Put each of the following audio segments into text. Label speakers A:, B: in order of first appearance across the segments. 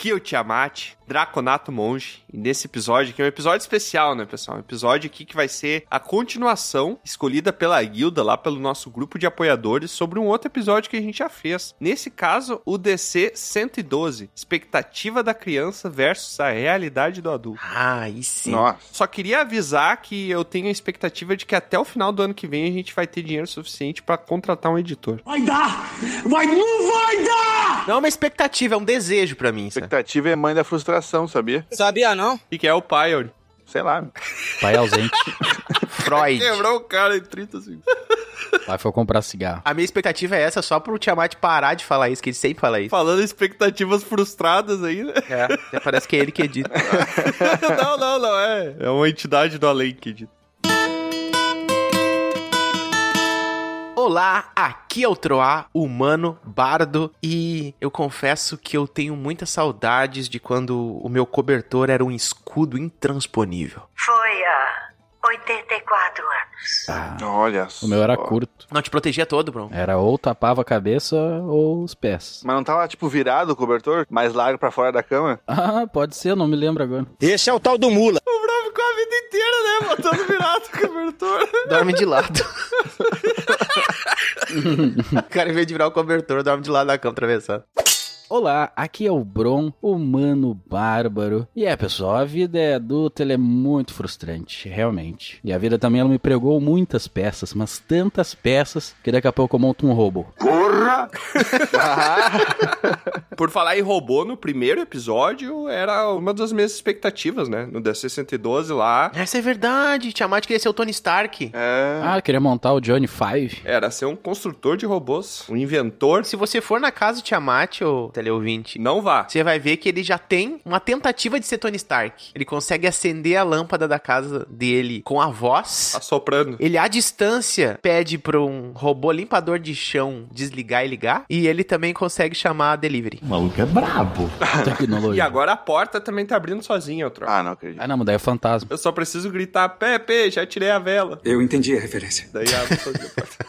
A: Kyo é Tiamat, Draconato Monge, e nesse episódio, que é um episódio especial, né, pessoal? Um episódio aqui que vai ser a continuação escolhida pela guilda, lá pelo nosso grupo de apoiadores, sobre um outro episódio que a gente já fez. Nesse caso, o DC 112, Expectativa da Criança versus a Realidade do Adulto.
B: Ah, e sim.
C: Nossa.
A: Só queria avisar que eu tenho a expectativa de que até o final do ano que vem a gente vai ter dinheiro suficiente pra contratar um editor.
D: Vai dar! Vai, não vai dar!
B: Não é uma expectativa, é um desejo pra mim. sabe?
C: Expectativa é mãe da frustração, sabia?
E: Sabia não?
A: E que é o Pioneer.
C: Sei lá.
F: Pai ausente.
B: Freud.
A: Quebrou o cara em 30 segundos.
F: Pai foi comprar cigarro.
B: A minha expectativa é essa, só pro Tiamat parar de falar isso, que ele sempre fala isso.
A: Falando em expectativas frustradas aí, né?
B: É, até parece que é ele que edita.
A: não, não, não, é. É uma entidade do além, Kid.
B: Olá, aqui é o Troá, humano, bardo, e eu confesso que eu tenho muitas saudades de quando o meu cobertor era um escudo intransponível.
G: Foi há 84 anos.
F: Ah,
C: Olha só.
F: o meu era curto.
B: Não te protegia todo, Bruno.
F: Era ou tapava a cabeça ou os pés.
C: Mas não tava, tipo, virado o cobertor? Mais largo pra fora da cama?
F: Ah, pode ser, não me lembro agora.
E: Esse é o tal do Mula.
A: O Bravo ficou a vida inteira, né? Botando virado o cobertor.
B: Dorme de lado. o cara, em vez de virar o cobertor, dorme de lado da cama atravessado.
F: Olá, aqui é o Bron, humano bárbaro. E é, pessoal, a vida é adulta, ela é muito frustrante, realmente. E a vida também, ela me pregou muitas peças, mas tantas peças, que daqui a pouco eu monto um roubo.
A: Por falar em robô, no primeiro episódio era uma das minhas expectativas, né? No DC 112 lá,
B: Essa é verdade, Tiamat queria ser o Tony Stark.
C: É.
F: Ah, eu queria montar o Johnny Five.
A: era ser um construtor de robôs, um inventor.
B: Se você for na casa do Tiamat, ô teleouvinte,
A: Não vá.
B: você vai ver que ele já tem uma tentativa de ser Tony Stark. Ele consegue acender a lâmpada da casa dele com a voz.
A: Tá Assoprando.
B: Ele, à distância, pede pra um robô limpador de chão desligar e ligar. E ele também consegue chamar a delivery.
A: E
F: Tecnologia.
A: agora a porta também tá abrindo sozinha, outro.
C: Ah, não acredito.
F: Ah, não, mas daí é fantasma.
A: Eu só preciso gritar, Pepe, já tirei a vela.
D: Eu entendi a referência.
A: Daí abre sozinha a porta.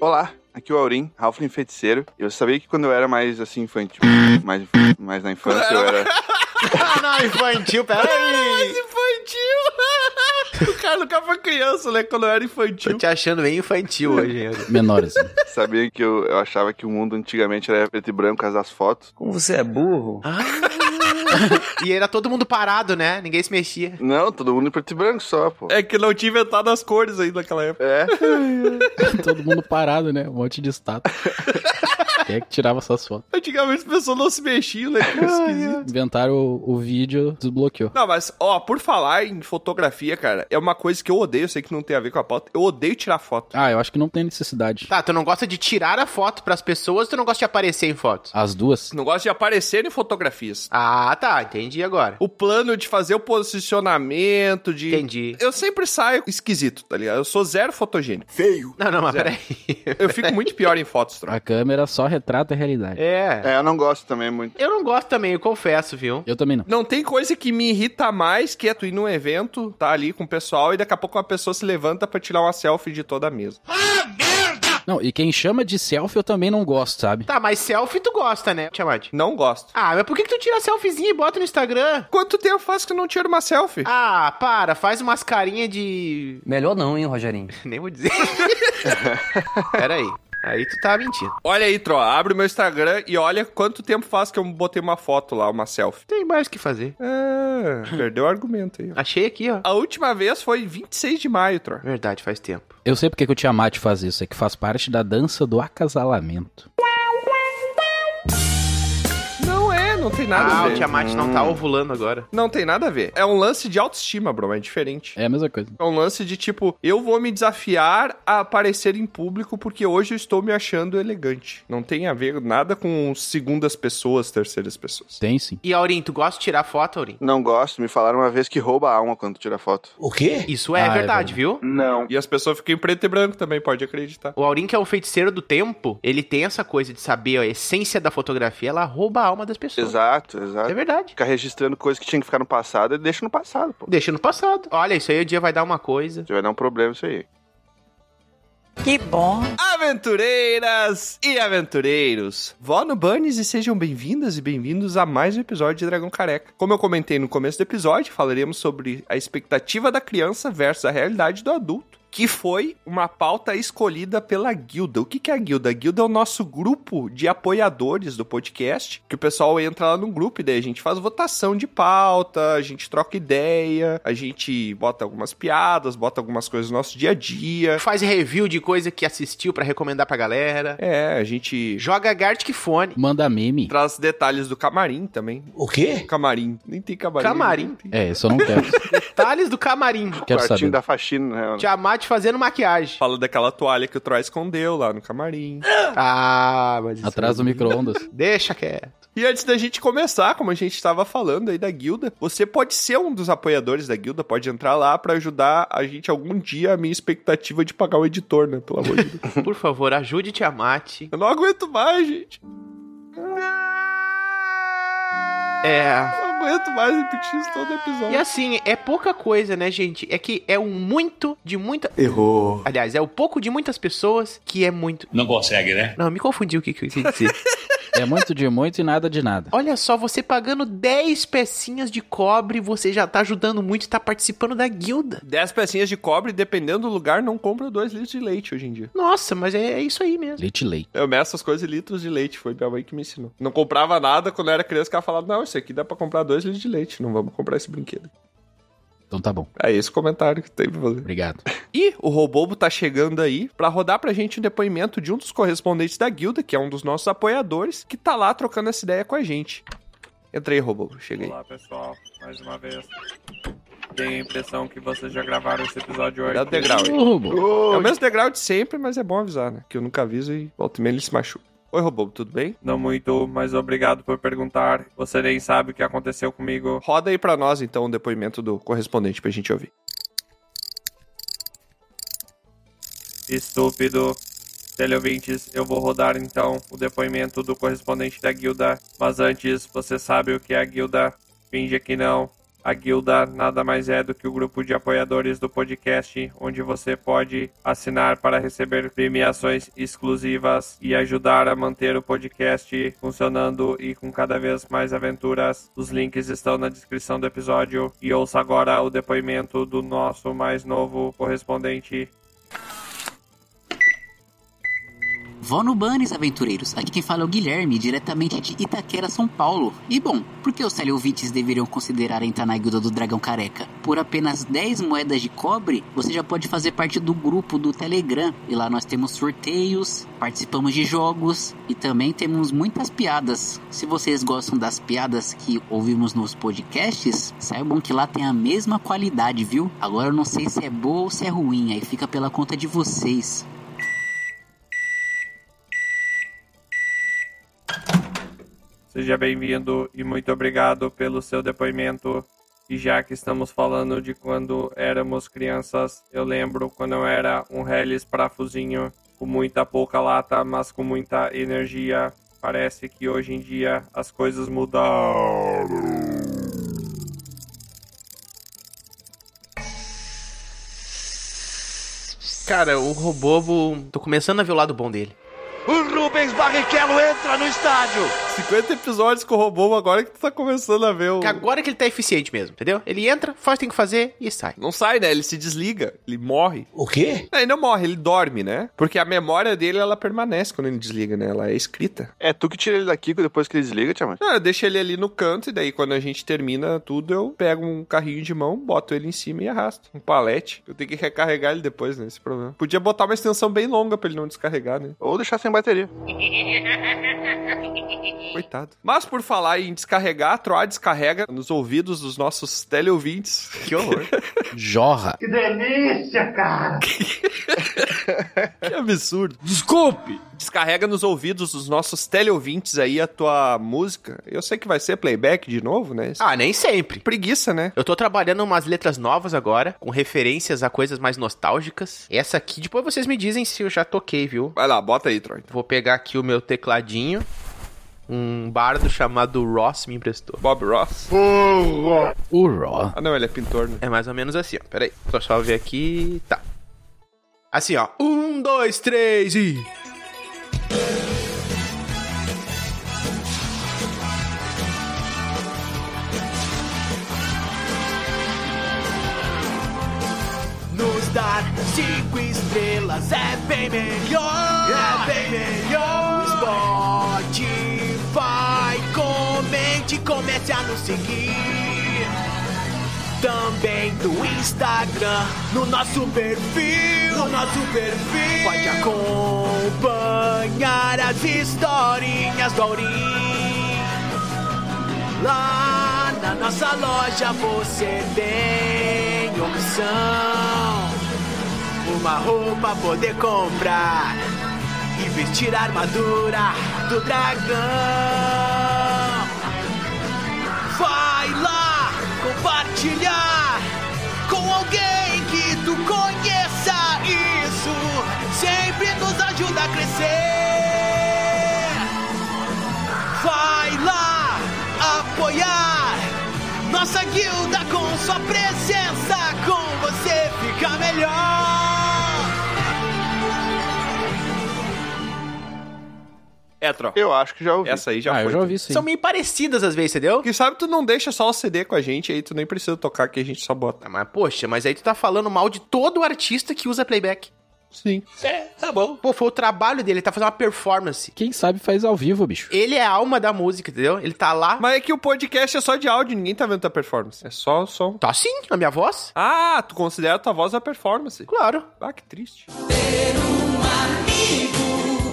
C: Olá, aqui é o Aurim, Halfling Feiticeiro. Eu sabia que quando eu era mais, assim, infantil, mais, mais na infância, eu era...
B: ah, não, infantil, peraí!
A: infantil! o cara nunca foi criança, né? Quando eu era
B: Tô
A: infantil.
B: te achando bem infantil hoje. Diego.
F: Menores.
C: Sabia que eu, eu achava que o mundo antigamente era preto e branco, as das fotos.
E: Como você é burro?
D: Ah,
B: e era todo mundo parado, né? Ninguém se mexia.
C: Não, todo mundo em preto e branco só, pô.
A: É que não tinha inventado as cores ainda naquela época.
C: É.
F: Todo mundo parado, né? Um monte de estátua. Quem é que tirava essas fotos?
A: Antigamente as pessoas não se mexiam, né? Que esquisito.
F: Inventaram o, o vídeo, desbloqueou.
A: Não, mas, ó, por falar em fotografia, cara, é uma coisa que eu odeio, eu sei que não tem a ver com a pauta, eu odeio tirar foto.
F: Ah, eu acho que não tem necessidade.
B: Tá, tu não gosta de tirar a foto pras pessoas, tu não gosta de aparecer em fotos.
F: As duas?
A: Não gosto de aparecer em fotografias.
B: Ah, tá, entendi agora.
A: O plano de fazer o posicionamento, de...
B: Entendi.
A: Eu sempre saio esquisito, tá ligado? Eu sou zero fotogênico.
D: Feio.
B: Não, não, mas peraí.
A: Eu fico muito pior em fotos, troca.
F: A câmera só retrata a realidade.
B: É.
C: É, eu não gosto também muito.
B: Eu não gosto também, eu confesso, viu?
F: Eu também não.
A: Não tem coisa que me irrita mais que é tu ir num evento, tá ali com o pessoal e daqui a pouco uma pessoa se levanta pra tirar uma selfie de toda a mesa.
F: Não, e quem chama de selfie eu também não gosto, sabe?
B: Tá, mas selfie tu gosta, né, Tiamat?
A: Não gosto.
B: Ah, mas por que, que tu tira selfiezinha e bota no Instagram?
A: Quanto tempo faz que eu não tiro uma selfie?
B: Ah, para, faz umas carinhas de.
E: Melhor não, hein, Rogerinho?
B: Nem vou dizer. peraí. Aí tu tá mentindo.
A: Olha aí, Tro, abre o meu Instagram e olha quanto tempo faz que eu botei uma foto lá, uma selfie.
B: Tem mais o que fazer.
A: Ah, perdeu o argumento aí. ó.
B: Achei aqui, ó.
A: A última vez foi 26 de maio, Tro.
B: Verdade, faz tempo.
F: Eu sei porque que o Tiamat faz isso, é que faz parte da dança do acasalamento.
A: Não é, não tem nada
B: Ah,
A: a
B: o
A: ver.
B: Tiamat não tá ovulando agora.
A: Não tem nada a ver. É um lance de autoestima, bro, é diferente.
F: É a mesma coisa.
A: É um lance de tipo, eu vou me desafiar a aparecer em público porque hoje eu estou me achando elegante. Não tem a ver nada com segundas pessoas, terceiras pessoas.
F: Tem sim.
B: E Aurim, tu gosta de tirar foto, Aurim?
C: Não gosto, me falaram uma vez que rouba a alma quando tira foto.
D: O quê?
B: Isso é
F: Ah, é
B: verdade, viu?
C: Não.
A: E as pessoas ficam em preto e branco também, pode acreditar.
B: O Aurim, que é o feiticeiro do tempo, ele tem essa coisa de saber a essência da fotografia, ela rouba a alma das pessoas.
C: Exato,
B: É
C: exato.
B: verdade.
C: Ficar registrando coisa que tinha que ficar no passado, ele deixa no passado, pô.
B: Deixa no passado. Olha, isso aí o dia vai dar uma coisa.
C: Você vai dar um problema isso aí.
G: Que bom.
A: Aventureiras e aventureiros, vó no Bunnies e sejam bem-vindas e bem-vindos a mais um episódio de Dragão Careca. Como eu comentei no começo do episódio, falaremos sobre a expectativa da criança versus a realidade do adulto. Que foi uma pauta escolhida pela guilda. O que que é a guilda? A guilda é o nosso grupo de apoiadores do podcast, que o pessoal entra lá num grupo e daí a gente faz votação de pauta, a gente troca ideia, a gente bota algumas piadas, bota algumas coisas do nosso dia a dia.
B: Faz review de coisa que assistiu pra recomendar pra galera.
A: É, a gente
B: Joga Gartic Fone.
F: Manda meme.
A: Traz detalhes do camarim também.
D: O quê?
A: Camarim. Nem tem camarim.
B: Camarim.
A: nem tem.
F: É, isso eu não quero.
B: Detalhes do camarim.
F: quero
C: Quartinho
F: saber.
C: da faxina, né? mano?
B: Tiamat fazendo maquiagem.
A: Fala daquela toalha que o Troy escondeu lá no camarim.
B: Ah, mas. isso
F: Atrás do
B: aí-
F: micro-ondas.
B: Deixa quieto.
A: E antes da gente começar, como a gente estava falando aí da guilda, você pode ser um dos apoiadores da guilda, pode entrar lá pra ajudar a gente algum dia. A minha expectativa é de pagar o editor, né? Pelo amor de Deus.
B: Por favor, ajude Tiamat.
A: Eu não aguento mais, gente.
B: É.
A: Eu não aguento mais repetir isso todo episódio.
B: E assim, é pouca coisa, né, gente? É que é um muito de muita.
D: Errou.
B: Aliás, é o pouco de muitas pessoas que é muito.
H: Não consegue, né?
B: Não, me confundi o que, que eu quis dizer.
F: É muito de muito e nada de nada.
B: Olha só, você pagando 10 pecinhas de cobre, você já tá ajudando muito e tá participando da guilda.
A: 10 pecinhas de cobre, dependendo do lugar, não compra 2 litros de leite hoje em dia.
B: Nossa, mas é, é isso aí mesmo.
F: Leite leite.
A: Eu meço as coisas em litros de leite, foi minha mãe que me ensinou. Não comprava nada quando eu era criança, que ela falava, não, isso aqui dá pra comprar dois litros de leite, não vamos comprar esse brinquedo.
F: Então tá bom.
A: É esse o comentário que tem pra fazer.
F: Obrigado.
A: E o Robobo tá chegando aí pra rodar pra gente o depoimento de um dos correspondentes da guilda, que é um dos nossos apoiadores, que tá lá trocando essa ideia com a gente. Entra aí, Robobo, chega aí. É
I: Olá pessoal, mais uma vez. Tenho a impressão que vocês já gravaram esse episódio hoje.
A: Dá o degrau aí.
F: Ô, Rubo.
A: É o mesmo degrau de sempre, mas é bom avisar, né? Que eu nunca aviso e volta e meia ele se machuca. Oi, Robobo, tudo bem?
I: Não muito, mas obrigado por perguntar. Você nem sabe o que aconteceu comigo.
A: Roda aí pra nós, então, o depoimento do correspondente pra gente ouvir.
I: Estúpido. Teleouvintes, eu vou rodar então o depoimento do correspondente da guilda. Mas antes, você sabe o que é a guilda? Finge que não. A guilda nada mais é do que o grupo de apoiadores do podcast, onde você pode assinar para receber premiações exclusivas e ajudar a manter o podcast funcionando e com cada vez mais aventuras. Os links estão na descrição do episódio. E ouça agora o depoimento do nosso mais novo correspondente,
J: Vó no Banes, aventureiros. Aqui quem fala é o Guilherme, diretamente de Itaquera, São Paulo. E bom, por que os teleouvintes deveriam considerar entrar na Guilda do Dragão Careca? Por apenas 10 moedas de cobre, você já pode fazer parte do grupo do Telegram. E lá nós temos sorteios, participamos de jogos e também temos muitas piadas. Se vocês gostam das piadas que ouvimos nos podcasts, saibam que lá tem a mesma qualidade, viu? Agora eu não sei se é boa ou se é ruim, aí fica pela conta de vocês.
I: Seja bem-vindo e muito obrigado pelo seu depoimento. E já que estamos falando de quando éramos crianças, eu lembro quando eu era um reles parafusinho, com muita pouca lata, mas com muita energia. Parece que hoje em dia as coisas mudaram.
B: Cara, o Robobo. Tô começando a ver o lado bom dele.
A: 50 episódios com o Robobo agora que tu tá começando a ver o...
B: Que agora que ele tá eficiente mesmo, entendeu? Ele entra, faz o que tem que fazer e sai.
A: Não sai, né? Ele se desliga, ele morre.
D: O quê?
A: Não, Ele não morre, ele dorme, né? Porque a memória dele, ela permanece quando ele desliga, né? Ela é escrita.
C: É tu que tira ele daqui depois que ele desliga, Tiamat?
A: Ah, eu deixo ele ali no canto e daí quando a gente termina tudo, eu pego um carrinho de mão, boto ele em cima e arrasto. Um palete. Eu tenho que recarregar ele depois, né? Esse problema. Podia botar uma extensão bem longa pra ele não descarregar, né?
C: Ou deixar sem bateria.
A: Coitado. Mas por falar em descarregar, a Troá descarrega nos ouvidos dos nossos teleouvintes.
B: Que horror.
F: Jorra.
A: que absurdo.
D: Desculpe!
A: Descarrega nos ouvidos dos nossos teleouvintes aí a tua música. Eu sei que vai ser playback de novo, né?
B: ah, nem sempre.
A: Preguiça, né?
B: Eu tô trabalhando umas letras novas agora, com referências a coisas mais nostálgicas. Essa aqui, depois vocês me dizem se eu já toquei, viu?
A: Vai lá, bota aí, Troy.
B: Vou pegar aqui o meu tecladinho. Um bardo chamado Ross me emprestou.
A: Bob Ross.
F: O Raw.
A: Ah, não, ele é pintor, né?
B: É mais ou menos assim, ó. Peraí. Só só ver aqui. Tá. Assim, ó. Um, dois, três e. Nos dar cinco estrelas é bem melhor. É bem melhor. O Spotify, comente, comece a nos seguir. Também do Instagram, no nosso perfil, no nosso perfil. Pode acompanhar as historinhas do Aurim. Lá na nossa loja você tem opção. Uma roupa poder comprar e vestir a armadura do dragão. Vai lá compartilhar com alguém que tu conheça. Isso sempre nos ajuda a crescer. Vai lá apoiar nossa guilda com sua presença. Com você fica melhor.
A: É, Tro.
C: Eu acho que já ouvi.
A: Essa aí já
F: ah,
A: foi.
F: eu já ouvi isso
B: São
F: aí.
B: meio parecidas às vezes, entendeu?
A: Quem sabe tu não deixa só o CD com a gente, aí tu nem precisa tocar, que a gente só bota.
B: Ah, Mas, poxa, mas aí tu tá falando mal de todo artista que usa playback.
A: Sim.
B: É, tá bom. Pô, foi o trabalho dele, ele tá fazendo uma performance.
F: Quem sabe faz ao vivo, bicho.
B: Ele é a alma da música, entendeu? Ele tá lá.
A: Mas é que o podcast é só de áudio, ninguém tá vendo tua performance. É só o som.
B: Tá sim, a minha voz?
A: Ah, tu considera tua voz a performance.
B: Claro.
A: Ah, que triste.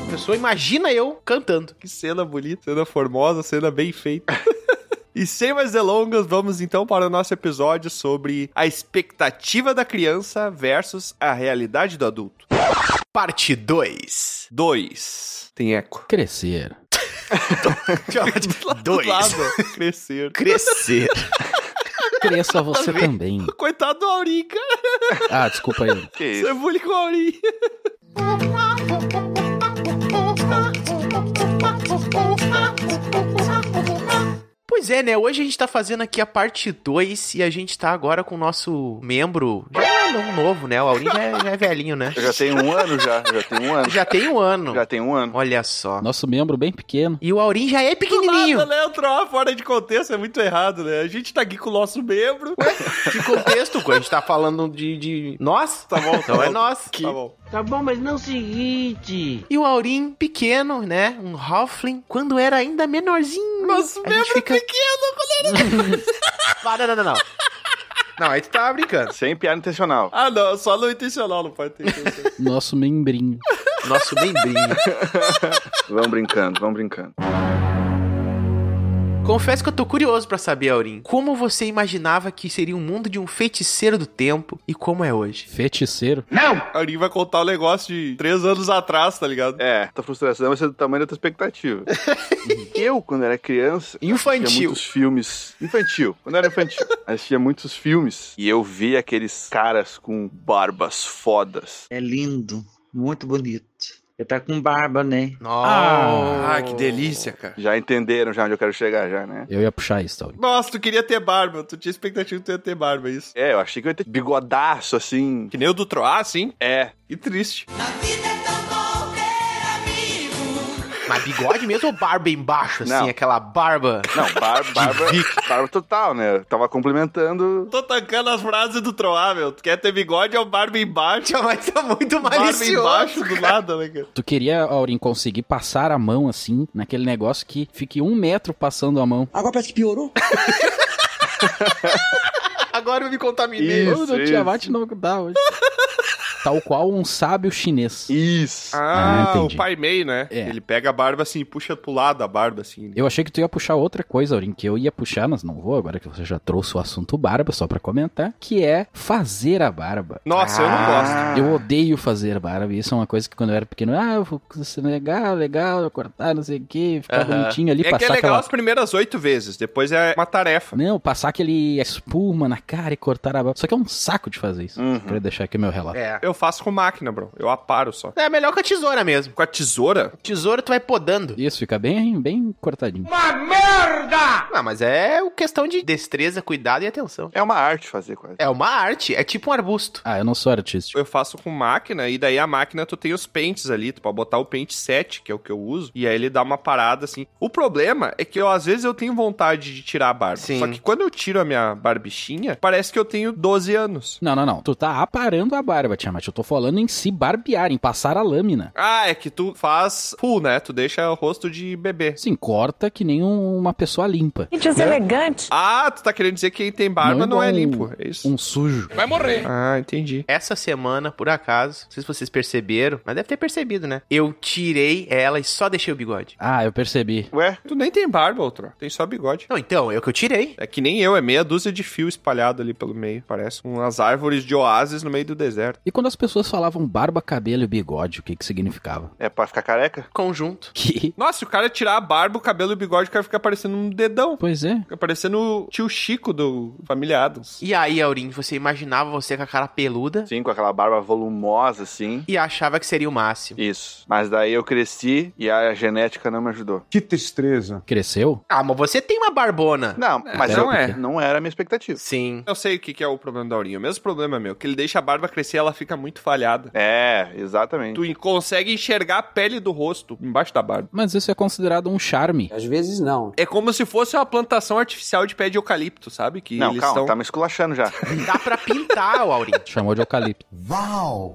B: A pessoa imagina eu cantando.
A: Que cena bonita, cena formosa, cena bem feita. E sem mais delongas, vamos então para o nosso episódio sobre a expectativa da criança versus a realidade do adulto.
B: Parte 2.
A: 2. Tem eco.
F: Crescer.
B: Dois.
A: Lado, crescer.
B: Crescer.
F: Cresça você também.
A: Coitado do Aurim, cara.
F: Ah, desculpa aí.
C: Que
A: Isso
C: isso?
A: é bullying com o Aurim.
B: Pois é, né? Hoje a gente tá fazendo aqui a parte 2 e a gente tá agora com o nosso membro. Já é um novo, né? O Aurim já é, já é velhinho, né?
C: Eu já tenho um ano já. Eu já tenho um ano.
B: Já tem um ano.
C: Já tem um ano.
B: Olha só.
F: Nosso membro bem pequeno.
B: E o Aurim já é pequenininho.
A: Nada, né? Entrar fora de contexto é muito errado, né? A gente tá aqui com o nosso membro.
B: Que contexto? A gente tá falando de, de nós? Tá bom. Então é nós.
A: Tá bom.
B: E o Aurim, pequeno, né? Um Halfling, quando era ainda menorzinho. Nossa, membro pequeno, quando era... não, não, não, não. Não, aí tu tá brincando.
C: Sem piada intencional.
A: Ah, não, só no intencional, não pode ter intencional.
F: Nosso membrinho.
B: Nosso membrinho.
C: Vamos brincando, vamos brincando.
B: Confesso que eu tô curioso pra saber, Aurim, como você imaginava que seria o mundo de um feiticeiro do tempo e como é hoje?
F: Feiticeiro.
A: Aurim vai contar o um negócio de três anos atrás, tá ligado?
C: É, tua frustração vai ser do tamanho da tua expectativa. eu, quando era criança, Assistia
B: Infantil.
C: muitos filmes. Infantil. Quando era infantil. assistia muitos filmes. E eu vi aqueles caras com barbas fodas.
J: É lindo, muito bonito. Ele tá com barba, né?
B: Nossa.
A: cara.
C: Já entenderam já onde eu quero chegar, já, né?
F: Eu ia puxar isso, Tauri.
A: Nossa, tu queria ter barba. Tu tinha expectativa de tu ia ter barba, é isso.
C: É, eu achei que eu ia ter bigodaço, assim.
A: Que nem o do Troá, sim.
C: É,
A: E triste.
B: Mas bigode mesmo ou barba embaixo, assim?
C: Não.
B: Aquela barba...
C: não, bar- barba, barba total, né? Eu tava complementando.
A: Tô tancando as frases do Troá, meu. Tu quer ter bigode, é o barba embaixo.
B: Mas tá muito
A: Barba
B: malicioso.
A: embaixo do nada, né, cara?
F: Tu queria, Aurim, conseguir passar a mão assim, naquele negócio que fique um metro passando a mão.
J: Agora parece que piorou.
B: Agora eu me contaminei.
C: Isso,
F: Ô, meu
C: isso.
F: Tiamat não dá hoje. Tal qual um sábio chinês.
C: Isso.
A: Ah,
F: Ah, entendi.
A: o Pai Mei, né?
F: É.
A: Ele pega a barba assim, puxa pro lado a barba assim.
F: Eu achei que tu ia puxar outra coisa, Aurim, que eu ia puxar, mas não vou agora que você já trouxe o assunto barba, só pra comentar, que é fazer a barba.
A: Nossa, eu
C: Ah.
A: não gosto.
F: Eu odeio fazer barba, e isso é uma coisa que quando eu era pequeno, ah, eu vou isso é legal, legal, eu cortar, não sei o quê, ficar
B: Aham.
F: bonitinho
A: É
F: ali,
A: que é
F: passar
A: legal
F: aquela...
A: as primeiras oito vezes, depois é uma tarefa.
F: Não, passar aquele espuma na cara e cortar a barba. Só que é um saco de fazer isso.
C: Uhum.
F: Queria deixar aqui meu relato.
B: É.
A: Eu eu faço com máquina, bro. Eu aparo só.
B: É melhor com a tesoura mesmo.
A: Com a tesoura?
B: Tesoura tu vai podando.
F: Isso, fica bem, bem cortadinho.
B: Não, mas é questão de destreza, cuidado e atenção.
C: É uma arte fazer quase.
B: É uma arte, é tipo um arbusto.
F: Ah, eu não sou artístico.
A: Eu faço com máquina e daí a máquina tu tem os pentes ali, tu pode botar o pente 7, que é o que eu uso, e aí ele dá uma parada assim. O problema é que eu, às vezes eu tenho vontade de tirar a barba.
B: Sim.
A: Só que quando eu tiro a minha barbichinha, parece que eu tenho 12 anos.
F: Não, não, não. Tu tá aparando a barba, Tiamat. Eu tô falando em se barbear, em passar a lâmina.
A: Ah, é que tu faz full, né? Tu deixa o rosto de bebê.
F: Sim, corta que nem um- uma pessoa limpa.
K: Que deselegante.
A: Ah, tu tá querendo dizer que quem tem barba não,
F: Não
A: é
F: igual
A: limpo. É isso.
F: Um sujo.
A: Ah, entendi.
B: Essa semana, por acaso, não sei se vocês perceberam, mas deve ter percebido, né? Eu tirei ela e só deixei o bigode.
F: Ah, eu percebi.
C: Ué?
A: Tu nem tem barba, outro. Tem só bigode.
B: Não, então, é o que eu tirei.
A: É que nem eu, é meia dúzia de fio espalhado ali pelo meio. Parece umas árvores de oásis no meio do deserto.
F: E quando as pessoas falavam barba, cabelo e bigode, o que que significava?
C: É pra ficar careca?
B: Conjunto.
F: Que?
A: Nossa, se o cara tirar a barba, o cabelo e o bigode, o cara fica parecendo um dedão.
F: Pois é.
A: Fica parecendo o tio Chico do Família Adams.
B: E aí, Aurim, você imaginava você com a cara peluda
C: Sim, com aquela barba volumosa, assim.
B: e achava que seria o máximo.
C: Isso. Mas daí eu cresci e a genética não me ajudou.
D: Que tristeza.
F: Cresceu?
B: Ah, mas você tem uma barbona.
C: Não, mas
A: não
C: não
A: é.
C: é. Não era a minha expectativa.
B: Sim.
A: Eu sei o que que é o problema da Aurinha. O mesmo problema meu, que ele deixa a barba crescer e ela fica muito falhada.
C: É, exatamente.
A: Tu consegue enxergar a pele do rosto embaixo da barba.
F: Mas isso é considerado um charme.
D: Às vezes não.
A: É como se fosse uma plantação artificial de pé de eucalipto, sabe? Que
C: Não,
A: eles
C: calma,
A: tão-
C: tá me esculachando já.
B: Dá pra pintar, o Aurim.
F: Chamou de eucalipto.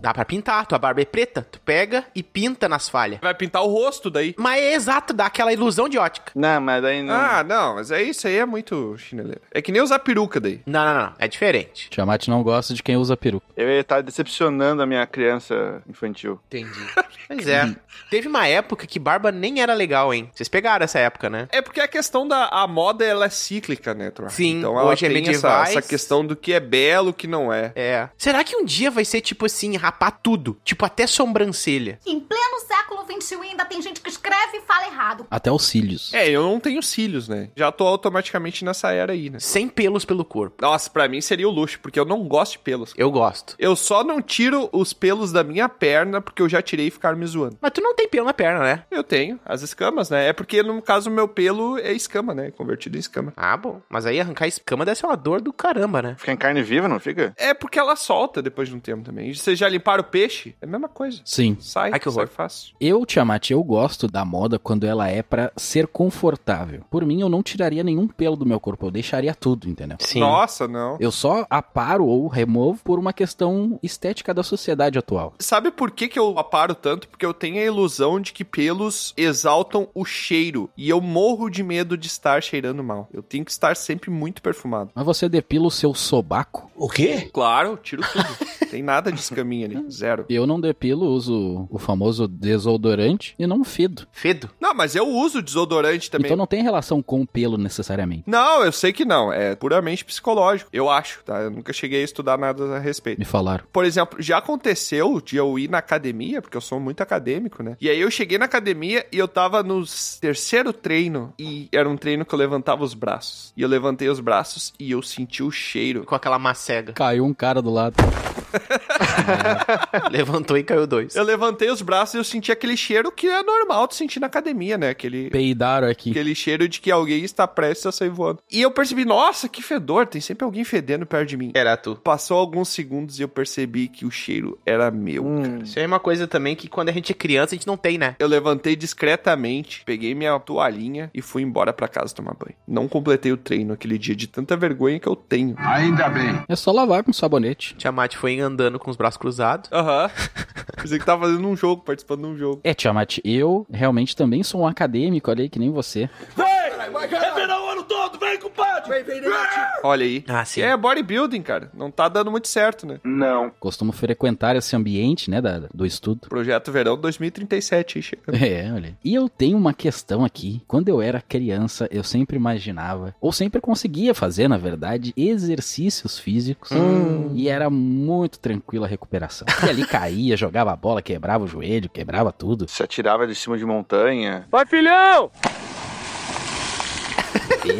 B: Dá pra pintar. Tua barba é preta, tu pega e pinta nas falhas.
A: Vai pintar o rosto daí.
B: Mas é exato, dá aquela ilusão de ótica.
C: não, mas daí não.
A: Ah, não, mas é isso aí, é muito chineleiro. É que nem usar peruca daí.
B: Não, não, não. É diferente.
F: Tiamat não gosta de quem usa peruca.
C: Eu ia estar decepcionando a minha criança infantil.
B: Entendi. Pois é. Teve uma época que barba nem era legal, hein? Vocês pegaram essa época, né?
A: É porque a questão da a moda, ela é cíclica, né, Troa?
B: Sim,
A: então ela
B: hoje é
A: tem essa,
B: medievais.
A: essa questão do que é belo, o que não é.
B: É. Será que um dia vai ser tipo assim, rapar tudo? Tipo, até sobrancelha.
G: Em pleno século XXI ainda tem gente que escreve e fala errado.
F: Até os cílios.
A: É, eu não tenho cílios, né? Já tô automaticamente nessa era aí, né?
B: Sem pelos pelo corpo.
A: Nossa, pra mim seria o luxo, porque eu não gosto de pelos.
B: Eu gosto.
A: Eu só não tiro os pelos da minha perna porque eu já tirei e ficaram me zoando.
B: Mas tu não tem pelo na perna, né?
A: Eu tenho as escamas, né? É porque, no caso, meu pelo é escama, né? Convertido em escama.
B: Ah, bom. Mas aí arrancar a escama deve ser uma dor do caramba, né?
C: Fica em carne viva, não fica?
A: É porque ela solta depois de um tempo também. E Vocês já limparam o peixe? É a mesma coisa.
F: Sim.
A: Sai,
B: Ai, que
A: sai
B: horror.
A: fácil.
F: Eu, Tiamat, eu gosto da moda quando ela é pra ser confortável. Por mim, eu não tiraria nenhum pelo do meu corpo, eu deixaria tudo, entendeu?
B: Sim.
A: Nossa, não.
F: Eu só aparo ou removo por uma questão estética da sociedade atual.
A: Sabe por que, que eu aparo tanto? Porque eu tenho a ilusão de que pelos exaltam o cheiro. E eu morro de medo de estar cheirando mal. Eu tenho que estar sempre muito perfumado.
F: Mas você depila o seu sobaco?
D: O quê?
A: Claro, eu tiro tudo. Tem nada de escaminha ali. Zero.
F: Eu não depilo, uso o famoso desodorante e não fido.
B: Fedo.
A: Não, mas eu uso desodorante também.
F: Então não tem relação com o pelo necessariamente.
A: Não, eu sei que não. É puramente psicológico. Eu acho, tá? Eu nunca cheguei a estudar nada a respeito.
F: Me falaram.
A: Por exemplo, já aconteceu de eu ir na academia, porque eu sou muito acadêmico, né? E aí eu cheguei na academia e eu tava no terceiro treino e era um treino que eu levantava os braços. E eu levantei os braços e eu senti o cheiro.
B: Com aquela macega.
F: Caiu um cara do lado.
B: Levantou e caiu dois.
A: Eu levantei os braços e eu senti aquele cheiro que é normal de sentir na academia, né? Aquele
F: Peidaram aqui.
A: Aquele cheiro de que alguém está prestes a sair voando. E eu percebi, nossa, que fedor, tem sempre alguém fedendo perto de mim.
B: Era tu.
A: Passou alguns segundos e eu percebi que o cheiro era meu.
B: Isso aí é uma coisa também que quando a gente é criança a gente não tem, né?
A: Eu levantei discretamente, peguei minha toalhinha e fui embora pra casa tomar banho. Não completei o treino aquele dia de tanta vergonha que eu tenho.
D: Ainda bem.
F: É só lavar com sabonete.
B: Tiamat foi andando com os braços cruzados.
A: Aham. Pensei que tava fazendo um jogo, participando de um jogo.
F: É, Tiamat, eu realmente também sou um acadêmico, olha aí, que nem você.
A: Olha aí.
B: Ah, sim.
A: É bodybuilding, cara. Não tá dando muito certo, né?
C: Não.
F: Costumo frequentar esse ambiente, né, da- do estudo.
A: Projeto Verão 2037 aí chegando.
F: É, olha. aí. E eu tenho uma questão aqui. Quando eu era criança, eu sempre imaginava, ou sempre conseguia fazer, na verdade, exercícios físicos. E era muito tranquila a recuperação. E ali caía, jogava a bola, quebrava o joelho, quebrava tudo.
C: Se atirava de cima de montanha.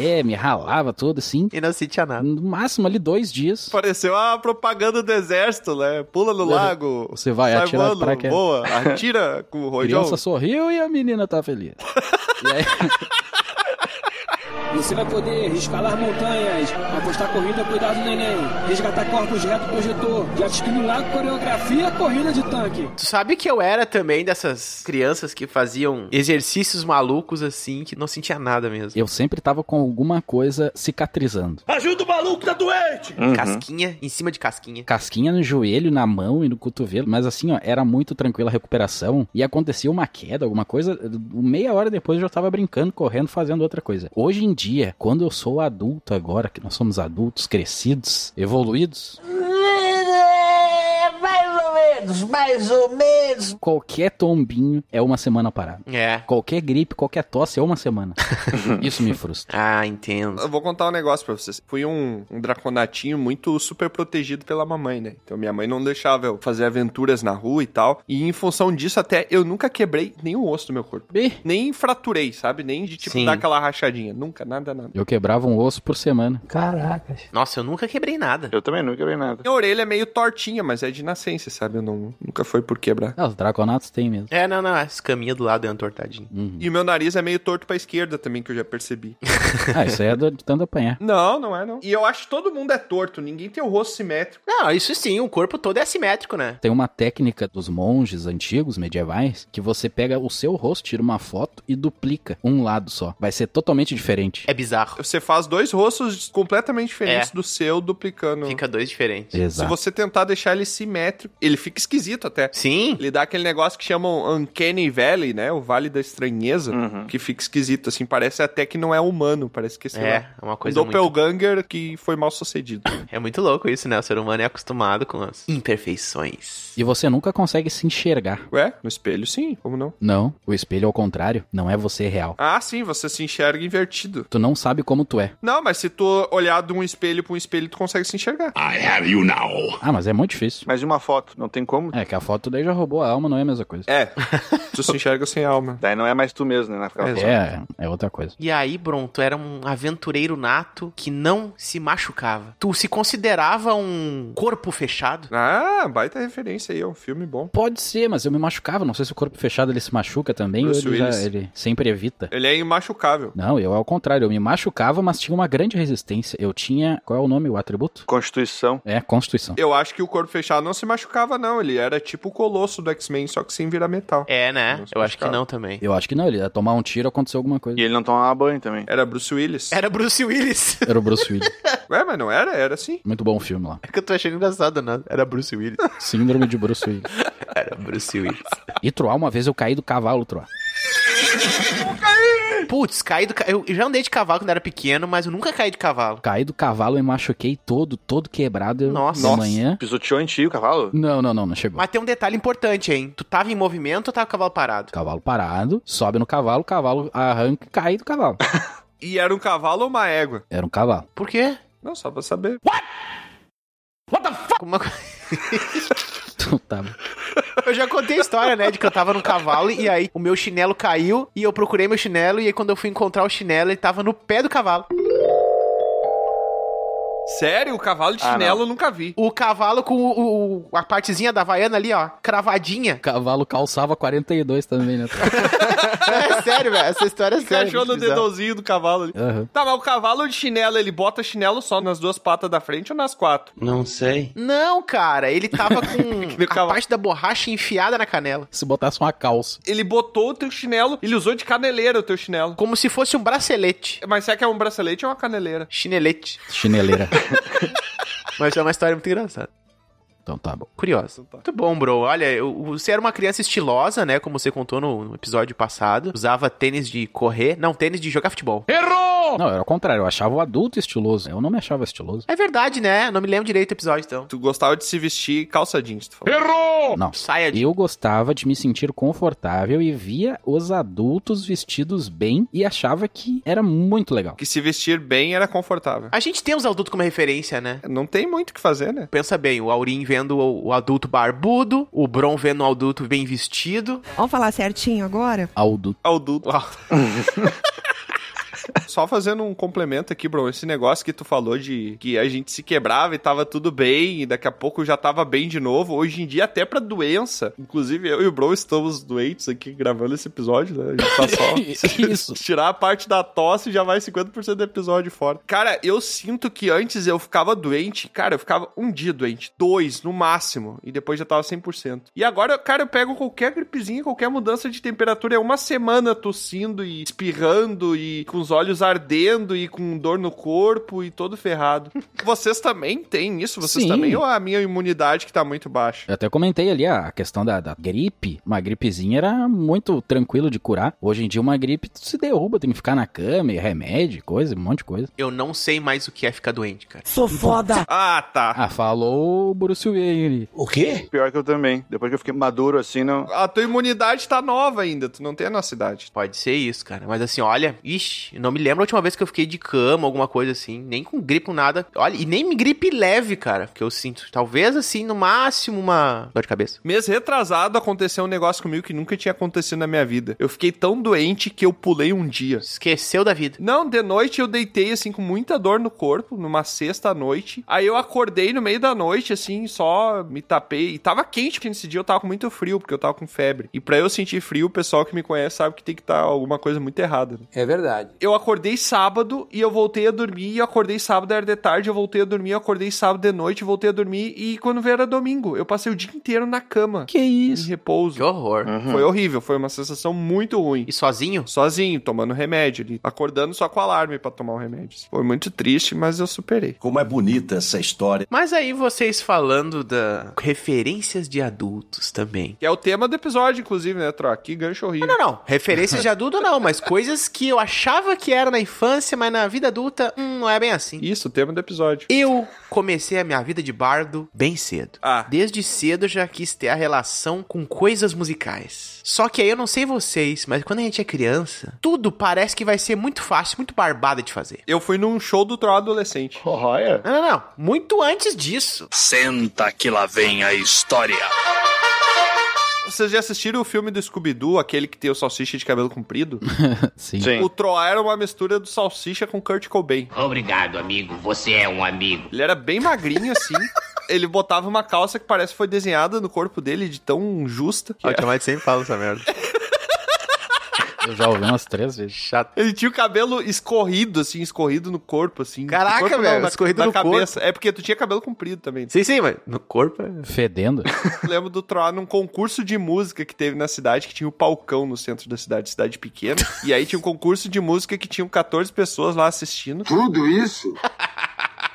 F: É, me ralava todo assim.
B: E não sentia nada.
F: No máximo ali dois dias.
A: Pareceu a "Ah, propaganda do exército, né? Pula no
F: É.
A: lago.
F: Você vai
A: sai
F: atirar
A: voando,
F: pra quê?
A: Boa, atira com o
F: A
A: rojão.
F: criança sorriu e a menina tá feliz.
L: Você vai poder escalar montanhas, apostar corrida, cuidar do neném, resgatar corpos reto projetor, já discriminar coreografia, corrida de tanque.
B: Tu sabe que eu era também dessas crianças que faziam exercícios malucos assim, que não sentia nada mesmo.
F: Eu sempre tava com alguma coisa cicatrizando.
B: Ajuda o maluco, tá doente!
F: Uhum.
B: Casquinha, em cima de casquinha.
F: Casquinha no joelho, na mão e no cotovelo, mas assim, ó, era muito tranquila a recuperação e acontecia uma queda, alguma coisa, meia hora depois eu já tava brincando, correndo, fazendo outra coisa. Hoje em dia, quando eu sou adulto agora, que nós somos adultos, crescidos, evoluídos,
M: Mais ou menos, mais ou menos.
F: qualquer tombinho é uma semana parada.
B: É.
F: Qualquer gripe, qualquer tosse é uma semana. Isso me frustra.
B: Ah, entendo.
A: Eu vou contar um negócio pra vocês. Fui um, um draconatinho muito super protegido pela mamãe, né? Então minha mãe não deixava eu fazer aventuras na rua e tal. E em função disso, até eu nunca quebrei nenhum osso do meu corpo. Nem fraturei, sabe? Nem de tipo
F: Sim.
A: dar aquela rachadinha. Nunca, nada, nada.
F: Eu quebrava um osso por semana.
B: Caracas. Nossa, eu nunca quebrei nada.
C: Eu também nunca quebrei nada.
A: Minha orelha é meio tortinha, mas é de nascença, sabe? Eu não, nunca foi por quebrar.
F: Ah, os draconatos tem mesmo. Uhum.
B: É, não, não. As caminhas do lado é entortadinho.
A: E o meu nariz é meio torto pra esquerda também, que eu já percebi.
F: Ah, isso aí é do- de tanto apanhar.
A: Não, não é não. E eu acho que todo mundo é torto, ninguém tem o rosto simétrico.
B: Não, isso sim, o corpo todo é assimétrico, né?
F: Tem uma técnica dos monges antigos, medievais, que você pega o seu rosto, tira uma foto e duplica um lado só. Vai ser totalmente diferente.
B: É bizarro.
A: Você faz dois rostos completamente diferentes do seu duplicando.
B: Fica dois diferentes.
A: Se
F: Exato.
A: você tentar deixar ele simétrico, ele fica esquisito até.
B: Sim.
A: Ele dá aquele negócio que chamam Uncanny Valley, né? O Vale da Estranheza, que fica esquisito, assim. Parece até que não é humano, parece que sei
B: É,
F: né?
A: lá,
B: é uma coisa
A: Um doppelganger que foi mal sucedido.
B: É muito louco isso, né? O ser humano é acostumado com as imperfeições.
F: E você nunca consegue se enxergar.
A: Ué? No espelho, sim. Como não?
F: Não, o espelho ao contrário, não é você real.
A: Ah, sim, você se enxerga invertido.
F: Tu não sabe como tu é.
A: Não, mas se tu olhar de um espelho pra um espelho, tu consegue se enxergar.
F: I have you now. Ah, mas é muito difícil.
C: Mas de uma foto, não tem como.
F: É que a foto daí já roubou a alma, não é a mesma coisa.
A: É. tu se enxerga sem alma.
C: Daí não é mais tu mesmo, né? Naquela foto.
F: É, é outra coisa.
B: E aí, Bronto, era um aventureiro nato que não se machucava. Tu se considerava um corpo fechado?
A: Ah, baita referência aí, é um filme bom.
F: Pode ser, mas eu me machucava. Não sei se o corpo fechado ele se machuca também
A: Bruce
F: ou ele, já-
A: Willis.
F: ele sempre evita.
A: Ele é imachucável.
F: Não, eu ao contrário, eu me machucava, mas tinha uma grande resistência. Eu tinha. Qual é o nome, o atributo?
C: Constituição.
F: É, Constituição.
A: Eu acho que o corpo fechado não se machucava, não. Ele era tipo o colosso do X-Men, só que sem virar metal.
B: É, né? Eu acho que não também.
F: Eu acho que não, ele ia tomar um tiro, aconteceu alguma coisa.
C: E ele não tomava banho também.
A: Era Bruce Willis.
B: Era Bruce Willis.
F: Era o Bruce Willis.
A: Ué, mas não era? Era sim.
F: Muito bom o filme lá.
B: É que eu tô achando engraçado, né? Era Bruce Willis.
F: Síndrome de Bruce Willis.
B: Era Bruce Willis.
F: E Troá, uma vez eu caí do cavalo, Troá.
B: Putz, caí do ca... Eu já andei de cavalo quando era pequeno, mas eu nunca caí de cavalo.
F: Caí do cavalo e machuquei todo, todo quebrado. Eu,
B: Nossa.
F: de manhã.
C: Pisoteou em ti o cavalo?
F: Não, não, não, não chegou.
B: Mas tem um detalhe importante, hein? Tu tava em movimento ou tava com o cavalo parado?
F: Cavalo parado, sobe no cavalo, cavalo arranca e cai do cavalo.
A: E era um cavalo ou uma égua?
F: Era um cavalo.
B: Por quê?
A: Não, só pra saber.
B: Uma co-
F: Então tá.
B: Eu já contei a história, né? De que eu tava num cavalo e aí o meu chinelo caiu e eu procurei meu chinelo e aí quando eu fui encontrar o chinelo, ele tava no pé do cavalo.
A: Sério? O cavalo de
B: Ah,
A: chinelo
B: não.
A: eu nunca vi.
B: O cavalo com o, o- a partezinha da vaiana ali, ó, cravadinha.
F: Cavalo calçava 42 também, né?
B: É sério, velho. Essa história é séria.
A: Encaixou
B: muito
A: no
B: bizarro.
A: dedãozinho do cavalo ali.
F: Aham.
A: Tá, mas o cavalo de chinelo, ele bota chinelo só nas duas patas da frente ou nas quatro?
E: Não sei.
B: Não, cara, ele tava com a parte da borracha enfiada na canela.
F: Se botasse uma calça.
A: Ele botou o teu chinelo, ele usou de caneleira o teu chinelo.
B: Como se fosse um bracelete.
A: Mas será que é um bracelete ou uma caneleira?
B: Chinelete.
F: Chineleira.
B: Mas é uma história muito engraçada.
F: Então tá bom.
B: Curioso. Muito bom, bro. Olha, eu- você era uma criança estilosa, né? Como você contou no no episódio passado. Usava tênis de correr. Não, tênis de jogar futebol.
F: Errou! Não, era o contrário. Eu achava o adulto estiloso. Eu não me achava estiloso.
B: É verdade, né? Não me lembro direito do episódio, então.
A: Tu gostava de se vestir calça jeans, tu falou.
F: Errou! Não.
B: Saia de...
F: Eu gostava de me sentir confortável e via os adultos vestidos bem e achava que era muito legal.
A: Que se vestir bem era confortável.
B: A gente tem os adultos como referência, né?
A: Não tem muito o que fazer, né?
B: Pensa bem, o Aurim vendo o, o adulto barbudo, o Bron vendo o adulto bem vestido.
N: Vamos falar certinho agora?
F: Aldo.
A: Adulto. Só fazendo um complemento aqui, Bron, esse negócio que tu falou de que a gente se quebrava e tava tudo bem, e daqui a pouco já tava bem de novo. Hoje em dia, até pra doença. Inclusive, eu e o Bron estamos doentes aqui gravando esse episódio, né? A gente tá só. se
F: Isso.
A: Tirar a parte da tosse já vai 50% do episódio fora. Cara, eu sinto que antes eu ficava doente, cara, eu ficava um dia doente, dois no máximo, e depois já tava 100%. E agora, cara, eu pego qualquer gripezinha, qualquer mudança de temperatura, é uma semana tossindo e espirrando e com os olhos ardendo e com dor no corpo e todo ferrado. Vocês também têm isso? Vocês
F: Sim.
A: também? Ou é a minha imunidade que tá muito baixa?
F: Eu até comentei ali a questão da, da gripe. Uma gripezinha era muito tranquilo de curar. Hoje em dia, uma gripe tu se derruba, tem que ficar na cama, e remédio, coisa, um monte de coisa.
B: Eu não sei mais o que é ficar doente, cara.
F: Sou foda!
A: Ah, tá.
F: Ah, falou o Bruce Wayne ali.
B: O quê?
C: Pior que eu também. Depois que eu fiquei maduro assim, não.
A: A tua imunidade tá nova ainda, tu não tem a nossa idade.
B: Pode ser isso, cara. Mas assim, olha, ixi, não me lembro a última vez que eu fiquei de cama, alguma coisa assim, nem com gripe, com nada. Olha, e nem gripe leve, cara, que eu sinto. Talvez assim, no máximo, uma dor de cabeça.
A: Mês retrasado aconteceu um negócio comigo que nunca tinha acontecido na minha vida. Eu fiquei tão doente que eu pulei um dia.
B: Esqueceu da vida.
A: Não, de noite eu deitei assim com muita dor no corpo, numa sexta à noite. Aí eu acordei no meio da noite assim, só me tapei. E tava quente, porque nesse dia eu tava com muito frio, porque eu tava com febre. E pra eu sentir frio, o pessoal que me conhece sabe que tem que estar alguma coisa muito errada. Né?
D: É verdade.
A: Eu acordei sábado e eu voltei a dormir. E eu acordei sábado, era de tarde, eu voltei a dormir. Eu acordei sábado de noite, voltei a dormir. E quando veio era domingo, eu passei o dia inteiro na cama.
F: Que isso?
A: Em repouso.
B: Que horror.
A: Foi horrível, foi uma sensação muito ruim.
B: E sozinho?
A: Sozinho, tomando remédio ali. Acordando só com alarme pra tomar o remédio. Foi muito triste, mas eu superei.
N: Como é bonita essa história.
B: Mas aí vocês falando da referências de adultos também.
A: Que é o tema do episódio, inclusive, né, Troca? Que gancho horrível.
B: Não, não, não. Referências de adulto não, mas coisas que eu achava que era na infância, mas na vida adulta, hum, não é bem assim.
A: Isso, o tema do episódio.
B: Eu comecei a minha vida de bardo bem cedo.
A: Ah.
B: Desde cedo eu já quis ter a relação com coisas musicais. Só que aí eu não sei vocês, mas quando a gente é criança, tudo parece que vai ser muito fácil, muito barbada de fazer.
A: Eu fui num show do Troll adolescente.
B: Não, não, não. Muito antes disso.
N: Senta que lá vem a história.
A: Vocês já assistiram o filme do Scooby-Doo, aquele que tem o salsicha de cabelo comprido?
F: Sim.
C: Sim.
A: O Troll era uma mistura do salsicha com Kurt Cobain.
O: Obrigado, amigo. Você é um amigo.
A: Ele era bem magrinho, assim. Ele botava uma calça que parece que foi desenhada no corpo dele de tão justa. que
B: Ah, O
A: era.
B: Tomate sempre fala essa merda. É
F: Eu já ouvi umas três vezes.
B: Chato.
A: Ele tinha o cabelo escorrido, assim, escorrido no corpo, assim.
B: Caraca,
A: No corpo não,
B: velho,
A: na-
B: escorrido
A: na
B: no
A: cabeça. É porque tu tinha cabelo comprido também.
B: Sim, sim, mas no corpo é...
F: Fedendo.
A: Eu lembro do Troá num concurso de música que teve na cidade, que tinha o palcão no centro da cidade, cidade pequena. E aí tinha um concurso de música que tinham 14 pessoas lá assistindo.
D: Tudo isso?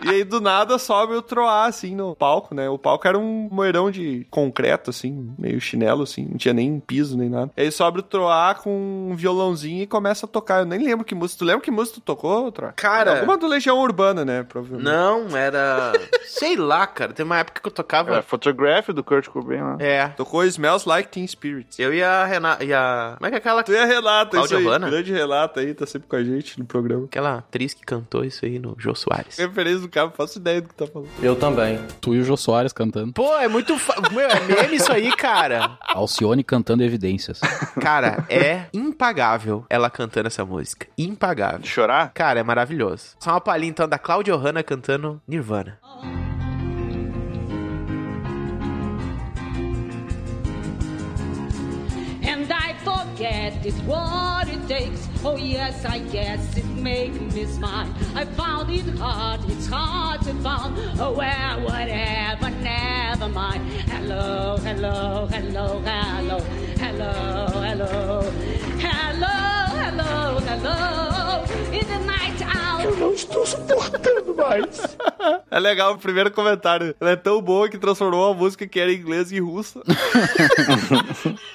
A: E aí do nada sobe o Troá, assim, no palco, né? O palco era um moirão de concreto, assim, meio chinelo, assim, não tinha nem piso nem nada. Aí sobe o Troá com um violãozinho e começa a tocar. Eu nem lembro que música. Tu lembra que música tu tocou, Troá?
B: Cara-
A: Alguma do Legião Urbana, né? Provavelmente.
B: Não, era... Sei lá, cara. Tem uma época que eu
C: Era
B: tocava...
C: é, Photograph do Kurt Cobain lá.
B: É.
A: Tocou Smells Like Teen Spirit.
B: Eu e a Renata... E a... Como é que é aquela...
A: Tu é relato, isso
B: Cláudia
A: aí.
B: Hanna?
A: Grande relato aí, tá sempre com a gente no programa.
B: Aquela atriz que cantou isso aí no Jô Soares.
A: Referência do cara, não faço ideia do que tá falando.
N: Eu também.
F: Tu e o Jô Soares cantando.
B: Pô, é muito... Fa... Meu, é meme isso aí, cara.
F: Alcione cantando evidências.
B: Cara, é impagável ela cantando essa música.
C: De
B: Impagável.
C: chorar?
B: Cara, é maravilhoso. Só uma palhinha, então, da Claudio Hanna cantando Nirvana.
P: And I forget is what it takes. Oh yes, I guess it made me smile. I found it hard, it's hard to find. Oh well, whatever, never mind. Hello, hello, hello, hello, hello, hello, hello, hello, hello. In the night out.
A: É legal o primeiro comentário. Ela é tão boa que transformou a música que era inglesa em russa.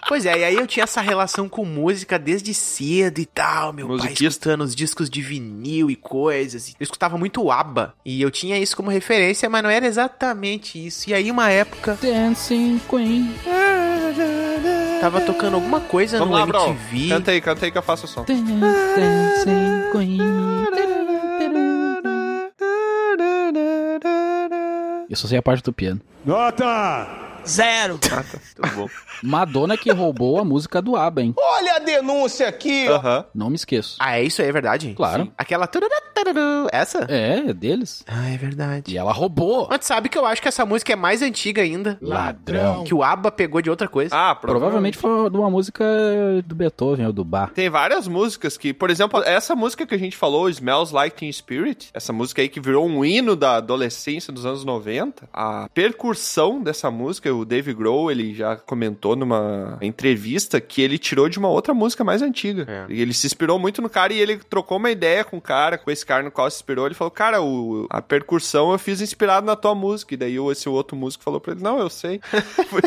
B: Pois é, e aí eu tinha essa relação com música desde cedo e tal, meu pai escutando os discos de vinil e coisas. Eu escutava muito ABBA e eu tinha isso como referência, mas não era exatamente isso. E aí uma época
F: Dancing Queen.
B: tava tocando alguma coisa
A: Vamos
B: no
A: lá, Brau.
B: MTV.
A: Canta aí, canta aí que eu faço o som.
F: Dancing Queen. Eu só sei a parte do piano.
D: Nota
Q: Zero.
A: Ah, tá. Tudo bom.
F: Madonna que roubou a música do ABBA, hein?
Q: Olha a denúncia aqui, ó.
F: Não me esqueço.
B: Ah, é isso aí, é verdade?
F: Claro.
B: Aquela. tururá, tururú, Essa?
F: É, é deles.
B: Ah, é verdade.
F: E ela roubou.
B: Mas tu sabe que eu acho que essa música é mais antiga ainda.
F: Ladrão.
B: Que o ABBA pegou de outra coisa.
A: Ah,
F: Provavelmente foi de uma música do Beethoven ou do Bach.
A: Tem várias músicas que, por exemplo, essa música que a gente falou, Smells Like Teen Spirit, essa música aí que virou um hino da adolescência dos anos 90, a percussão dessa música, o Dave Grohl, ele já comentou numa entrevista que ele tirou de uma outra música mais antiga. E ele se inspirou muito no cara e ele trocou uma ideia com o cara, com esse cara no qual se inspirou, ele falou, cara, o- a percussão eu fiz inspirado na tua música. E daí o- esse outro músico falou pra ele, não, eu sei.
F: Pô,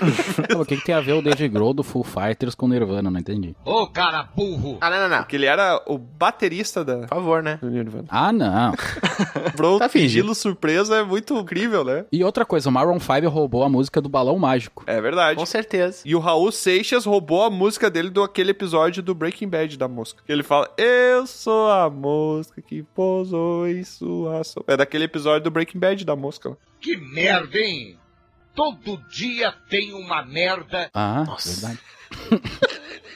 F: O que, que tem a ver o Dave Grohl do Full Fighters com Nirvana? Não entendi.
A: Ô, cara burro!
B: Ah, não, não, não.
A: Porque ele era o baterista da... Por
B: favor, né?
A: Do Nirvana.
F: Ah, não.
A: Bro,
F: Tá fingindo.
A: sigilo surpresa é muito incrível, né?
F: E outra coisa, o Maroon 5 roubou a música do Balão Mágico.
A: É verdade.
B: Com certeza.
A: E o Raul Seixas roubou a música dele do aquele episódio do Breaking Bad da mosca. Ele fala: Eu sou a mosca que pousou em sua so... É daquele episódio do Breaking Bad da mosca. lá.
R: Que merda, hein? Todo dia tem uma merda.
F: Ah,
R: verdade.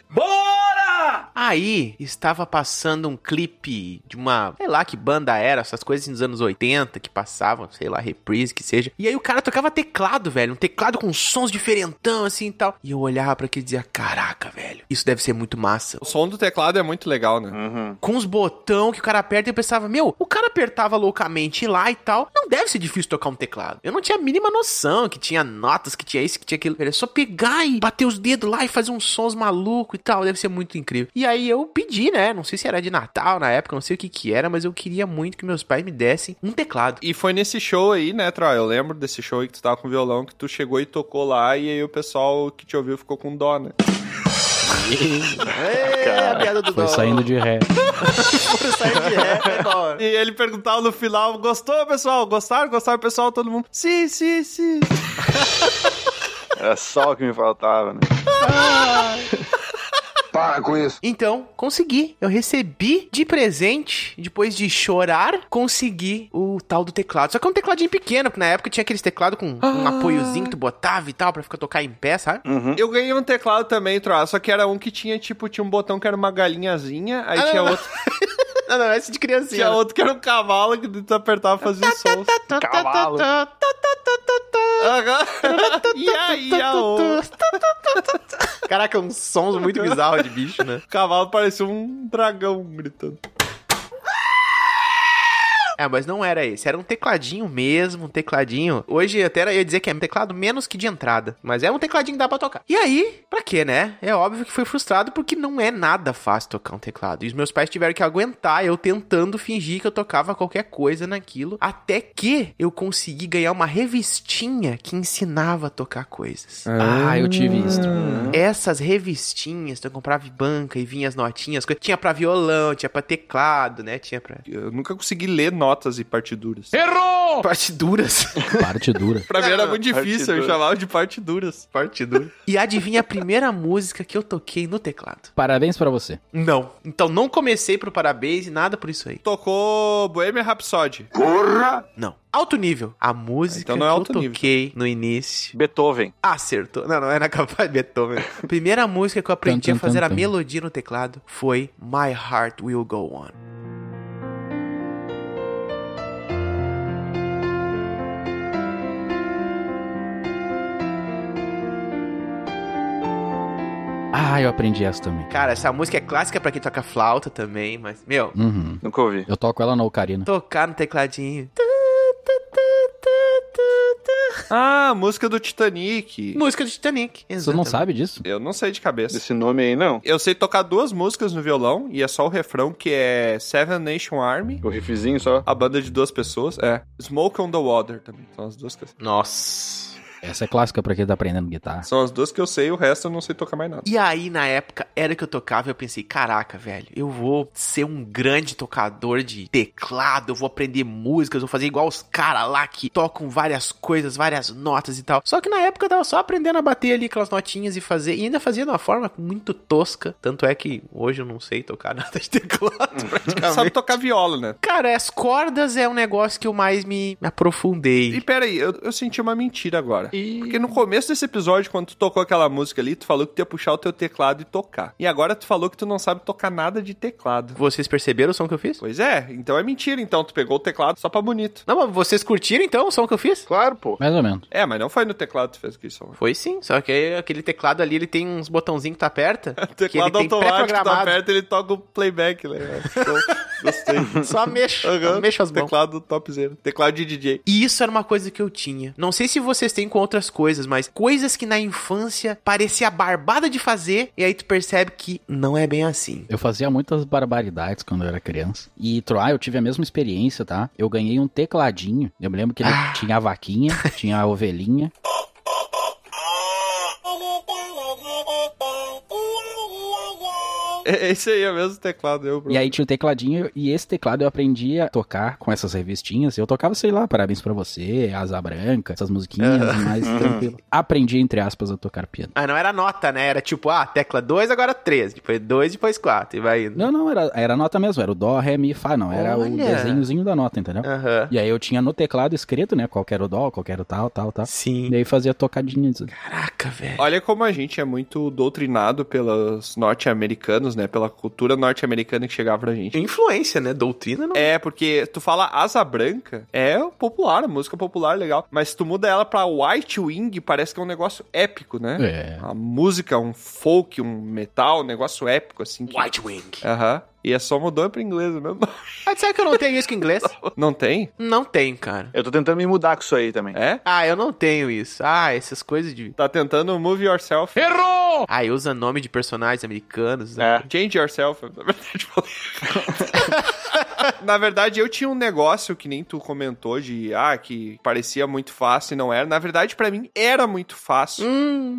B: Bora! Aí estava passando um clipe de uma, sei lá que banda era, essas coisas nos anos 80 que passavam, sei lá, reprise que seja. E aí o cara tocava teclado, velho, um teclado com sons diferentão assim e tal. E eu olhava pra aquilo e dizia: "Caraca, velho, isso deve ser muito massa".
A: O som do teclado é muito legal, né?
B: Com os botão que o cara aperta, eu pensava: "Meu, o cara apertava loucamente lá e tal. Não deve ser difícil tocar um teclado". Eu não tinha a mínima noção que tinha notas, que tinha isso, que tinha aquilo. Era só pegar e bater os dedos lá e fazer uns sons malucos e tal, deve ser muito incrível. E aí eu pedi, né? Não sei se era de Natal na época, não sei o que que era, mas eu queria muito que meus pais me dessem um teclado.
A: E foi nesse show aí, né, Troy? Eu lembro desse show aí que tu tava com violão, que tu chegou e tocou lá, e aí o pessoal que te ouviu ficou com dó, né?
B: É, a piada do É,
F: Foi saindo de ré.
A: E ele perguntava no final: Gostou, pessoal? Gostaram? Gostaram, pessoal? Todo mundo. Sim, sim, sim.
C: Era É só o que me faltava, né?
B: Para com isso. Então, consegui. Eu recebi de presente, depois de chorar, consegui o tal do teclado. Só que é um tecladinho pequeno, porque na época tinha aqueles teclados com um
A: Ah.
B: apoiozinho que tu botava e tal, pra ficar tocar em pé, sabe?
A: Eu ganhei um teclado também, Troá, só que era um que tinha, tipo, tinha um botão que era uma galinhazinha, aí tinha outro.
B: não, não, esse de criancinha. né?
A: Tinha outro que era um cavalo que tu apertava e fazia som.
B: Tá, Cavalo.
A: E
B: tá,
A: aí, aô.
B: Caraca, uns sons muito bizarros de bicho, né?
A: O cavalo parecia um dragão gritando.
B: É, mas não era esse. Era um tecladinho mesmo, um tecladinho. Hoje até era- ia dizer que é um teclado menos que de entrada. Mas é um tecladinho que dá pra tocar. E aí, pra quê, né? É óbvio que foi frustrado porque não é nada fácil tocar um teclado. E os meus pais tiveram que aguentar eu tentando fingir que eu tocava qualquer coisa naquilo. Até que eu consegui ganhar uma revistinha que ensinava a tocar coisas.
F: Ah, eu tive isso.
B: Essas revistinhas, tu comprava em banca e vinha as notinhas. coisa- Tinha pra violão, tinha pra teclado, né? Tinha pra...
A: Eu nunca consegui ler notas e partiduras.
B: Errou! Partiduras.
F: Partidura.
A: Pra mim era muito difícil, eu chamava de partiduras.
B: Partiduras. E adivinha a primeira música que eu toquei no teclado?
F: Parabéns pra você.
B: Não. Então não comecei pro parabéns e nada por isso aí.
A: Tocou Bohemian Rhapsody.
B: Porra! Não. Alto nível. A música
A: então não é alto
B: que eu
A: nível.
B: toquei no início.
C: Beethoven.
B: Acertou. Não, não era capaz de Beethoven. primeira música que eu aprendi
F: Tum,
B: a
F: tum,
B: fazer
F: tum,
B: a
F: tum.
B: melodia no teclado foi My Heart Will Go On.
F: Ah, eu aprendi essa também.
B: Cara, essa música é clássica pra quem toca flauta também, mas, meu,
F: Uhum.
C: Nunca ouvi.
F: Eu toco ela na ocarina.
B: tocar no tecladinho.
A: Ah, música do Titanic.
B: Música do Titanic.
F: Você não sabe disso?
A: Eu não sei de cabeça.
C: Esse nome aí, não.
A: Eu sei tocar duas músicas no violão e é só o refrão que é Seven Nation Army.
C: O riffzinho só.
A: A banda de duas pessoas. É. Smoke on the Water também. São as duas que eu sei.
B: Nossa.
F: Essa é clássica pra quem tá aprendendo guitarra.
A: São as duas que eu sei, o resto eu não sei tocar mais nada.
B: E aí, na época, era o que eu tocava e eu pensei, caraca, velho, eu vou ser um grande tocador de teclado, eu vou aprender músicas, vou fazer igual os caras lá que tocam várias coisas, várias notas e tal. Só que na época eu tava só aprendendo a bater ali aquelas notinhas e fazer, e ainda fazia de uma forma muito tosca. Tanto é que hoje eu não sei tocar nada de teclado, praticamente.
A: Sabe tocar viola, né?
B: Cara, as cordas é um negócio que eu mais me, me aprofundei.
A: E peraí, eu, eu senti uma mentira agora. cara. Porque no começo desse episódio, quando tu tocou aquela música ali, tu falou que tu ia puxar o teu teclado e tocar. E agora tu falou que tu não sabe tocar nada de teclado.
B: Vocês perceberam o som que eu fiz?
A: Pois é, então é mentira, então. Tu pegou o teclado só pra bonito.
B: Não, mas vocês curtiram então o som que eu fiz?
C: Claro, pô.
F: Mais ou menos.
A: É, mas não foi no teclado que tu fez aqui som.
B: Foi sim, só que aí aquele teclado ali, ele tem uns botãozinhos que tá tu aperta. que ele
A: Teclado
B: tem
A: automático, tu
B: pré-programado. Tá
A: aperta ele toca o playback, né? Gostei.
B: Só mexo,
A: Aham.
B: mexo as mãos.
A: Teclado topzera. Teclado de DJ.
B: E isso era uma coisa que eu tinha. Não sei se vocês têm com outras coisas, mas coisas que na infância parecia barbada de fazer, e aí tu percebe que não é bem assim.
F: Eu fazia muitas barbaridades quando eu era criança. E Troá, eu tive a mesma experiência, tá? Eu ganhei um tecladinho. Eu me lembro que ele tinha a vaquinha, tinha a ovelhinha.
A: É esse aí, é o mesmo teclado. Eu,
F: E aí tinha o tecladinho, e esse teclado eu aprendi a tocar com essas revistinhas. Eu tocava, sei lá, Parabéns pra Você, Asa Branca, essas musiquinhas,
B: Ah.
F: mais tranquilo. Aprendi, entre aspas, a tocar piano.
B: Ah, não era nota, né? Era tipo, ah, tecla 2, agora 3, depois 2, depois 4, e vai indo.
F: Não, não, era, era a nota mesmo, era o Dó, Ré, Mi, Fá, não, era o
B: Olha. É.
F: desenhozinho da nota, entendeu?
B: Aham.
F: E aí eu tinha no teclado escrito, né, qual que era o Dó, qual que era o tal, tal, tal.
B: Sim.
F: E aí fazia tocadinhas.
A: Olha como a gente é muito doutrinado pelos norte-americanos, né? Pela cultura norte-americana que chegava pra gente.
B: Influência, né? Doutrina não.
A: É, porque tu fala asa branca, é popular, música popular legal. Mas tu muda ela pra White Wing, parece que é um negócio épico, né?
F: É.
A: Uma música, um folk, um metal, um negócio épico, assim. que-
B: White Wing.
A: Aham. E é só mudou pra inglês mesmo.
B: Ah, será que eu não tenho isso com inglês?
A: Não tem?
B: Não tenho, cara.
C: Eu tô tentando me mudar com isso aí também.
A: É?
B: Ah, eu não tenho isso. Ah, essas coisas de.
A: Tá tentando move yourself.
B: Errou! Ah, e usa nome de personagens americanos. né?
A: Change yourself. Na verdade, falei. Na verdade, eu tinha um negócio que nem tu comentou de ah, que parecia muito fácil e não era. Na verdade, pra mim era muito
B: É.
A: fácil.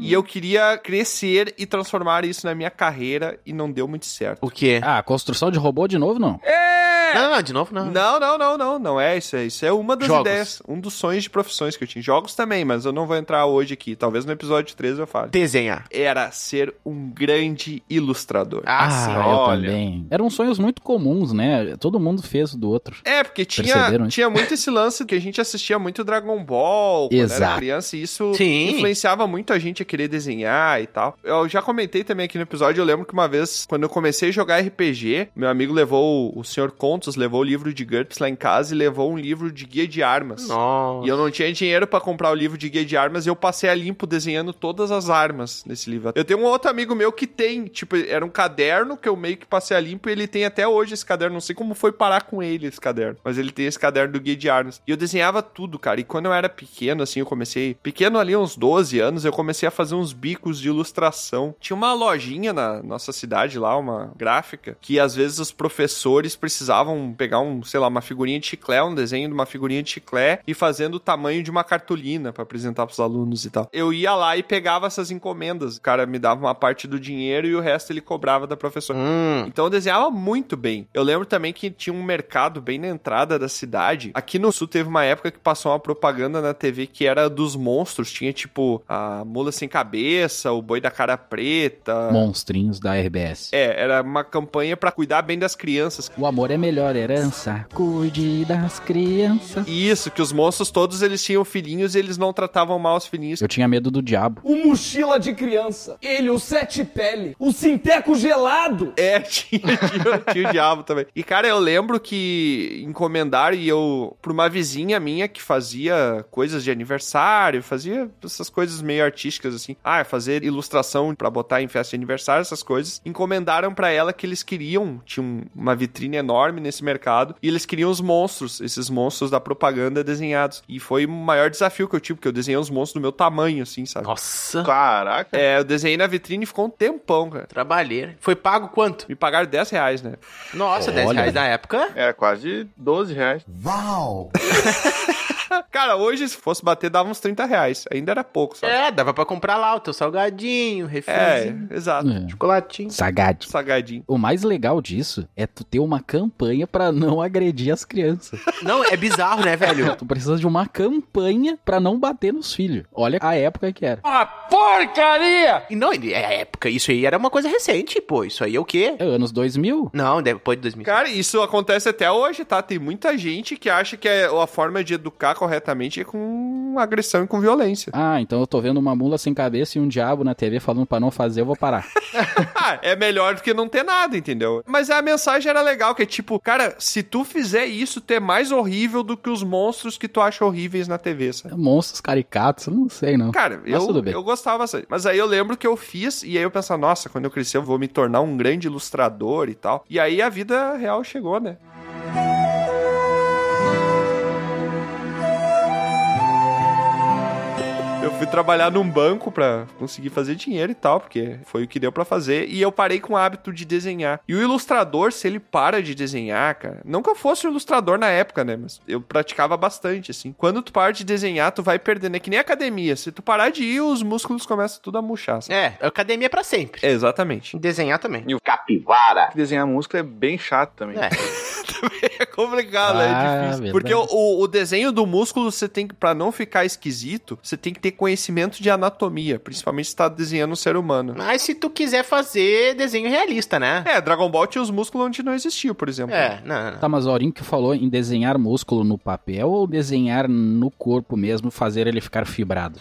A: E eu queria crescer e transformar isso na minha carreira e não deu muito certo.
B: O quê?
F: Ah, construção de robô de novo, não?
B: Não, não, não, de novo É. não.
A: Não, não, não, não, não é isso. É, isso é uma das
B: Jogos.
A: ideias, um dos sonhos de profissões que eu tinha. Jogos também, mas eu não vou entrar hoje aqui. Talvez no episódio 13 eu fale.
B: Desenhar.
A: Era ser um grande ilustrador.
B: Ah, sim.
F: eu também. Eram sonhos muito comuns, né? Todo mundo fez do outro.
A: É, porque tinha,
F: Perceberam isso?
A: tinha muito esse lance que a gente assistia muito Dragon Ball quando era
F: Exato.
A: criança e isso
B: Sim.
A: influenciava muito a gente a querer desenhar e tal. Eu já comentei também aqui no episódio, eu lembro que uma vez, quando eu comecei a jogar RPG, meu amigo levou, o- o senhor Contos levou o livro de GURPS lá em casa e levou um livro de guia de armas.
B: Nossa.
A: E eu não tinha dinheiro pra comprar o livro de guia de armas e eu passei a limpo desenhando todas as armas nesse livro. Eu tenho um outro amigo meu que tem, tipo, era um caderno que eu meio que passei a limpo e ele tem até hoje esse caderno. Não sei como foi parar com ele esse caderno, mas ele tem esse caderno do guia de armas. E eu desenhava tudo, cara. E quando eu era pequeno, assim, eu comecei, pequeno ali, uns 12 anos, eu comecei a fazer uns bicos de ilustração. Tinha uma lojinha na nossa cidade lá, uma gráfica, que às vezes os professores precisavam pegar um, sei lá, uma figurinha de chiclé, um desenho de uma figurinha de chiclé e fazendo o tamanho de uma cartolina pra apresentar pros alunos e tal. Eu ia lá e pegava essas encomendas. O cara me dava uma parte do dinheiro e o resto ele cobrava da professora.
B: Hum.
A: Então eu desenhava muito bem. Eu lembro também que tinha um mercado bem na entrada da cidade. Aqui no sul teve uma época que passou uma propaganda na TV que era dos monstros. Tinha tipo a mula sem cabeça, o boi da cara
B: Ah.
A: preta.
F: Monstrinhos da RBS.
A: É, era uma campanha pra cuidar bem das crianças.
F: O amor é melhor herança, cuide das crianças.
A: Isso, que os monstros todos eles tinham filhinhos e eles não tratavam mal os filhinhos.
F: Eu tinha medo do diabo.
L: O mochila de criança. Ele, o sete pele. O sinteco gelado.
A: É, tinha, tinha, tinha o diabo também. E, cara, eu lembro que encomendaram e eu, pra uma vizinha minha que fazia coisas de aniversário, fazia essas coisas meio artísticas, assim. Ah, fazer ilustração pra botar em festa de aniversário, essas coisas. Encomendaram pra ela que eles queriam, tinha um- uma vitrine enorme nesse mercado, e eles queriam os monstros, esses monstros da propaganda desenhados. E foi o maior desafio que eu tive, porque eu desenhei os monstros do meu tamanho, assim, sabe?
B: Nossa.
C: Caraca.
A: É, eu desenhei na vitrine e ficou um tempão, cara.
B: Trabalhei. Foi pago quanto?
A: Me pagaram 10 reais, né?
B: Nossa,
F: Olha.
B: 10 reais na época.
C: Era quase 12 reais.
D: Uau!
A: Cara, hoje, se fosse bater, dava uns 30 reais. Ainda era pouco, sabe?
B: É, dava pra comprar lá o teu salgadinho,
A: É,
B: refrizinho,
A: exato.
F: É.
B: chocolatinho.
F: Sagade.
A: Sagadinho.
F: O mais legal disso é tu ter uma campanha pra não agredir as crianças.
B: Não, é bizarro, né, velho?
F: tu precisa de uma campanha pra não bater nos filhos. Olha a época que era.
L: Uma porcaria!
B: E não, ele- é a época. Isso aí era uma coisa recente, pô. Isso aí é o quê?
F: É anos 2000.
B: Não, depois de 2000.
A: Cara, isso acontece até hoje, tá? Tem muita gente que acha que é- a forma de educar com corretamente é com agressão e com violência.
F: Ah, então eu tô vendo uma mula sem cabeça e um diabo na TV falando pra não fazer, eu vou parar.
A: Ah, é melhor do que não ter nada, entendeu? Mas a mensagem era legal, que é tipo, cara, se tu fizer isso, tu é mais horrível do que os monstros que tu acha horríveis na TV, sabe?
F: Monstros caricatos, eu não sei não.
A: Cara,
F: Mas
A: eu,
F: tudo bem.
A: eu gostava bastante. Mas aí eu lembro que eu fiz, e aí eu pensava, nossa, quando eu crescer eu vou me tornar um grande ilustrador e tal. E aí a vida real chegou, né? Eu fui trabalhar num banco pra conseguir fazer dinheiro e tal, porque foi o que deu pra fazer. E eu parei com o hábito de desenhar. E o ilustrador, se ele para de desenhar, cara, não que eu fosse um ilustrador na época, né? Mas eu praticava bastante, assim. Quando tu para de desenhar, tu vai perdendo. É que nem academia. Se tu parar de ir, os músculos começam tudo a murchar. sabe?
B: É, academia pra sempre.
F: É,
A: Exatamente.
B: Desenhar também.
C: E o capivara. Desenhar músculo é bem chato também.
B: É.
A: É complicado,
F: Ah,
A: é difícil.
F: verdade.
A: Porque o, o- o desenho do músculo, você tem que, pra não ficar esquisito, você tem que ter conhecimento de anatomia, principalmente se tá desenhando um ser humano.
B: Mas se tu quiser fazer desenho realista, né?
A: É, Dragon Ball tinha os músculos onde não existia, por exemplo.
B: É, não, não.
F: Tá, mas o Aurinho que falou em desenhar músculo no papel ou desenhar no corpo mesmo, fazer ele ficar fibrado?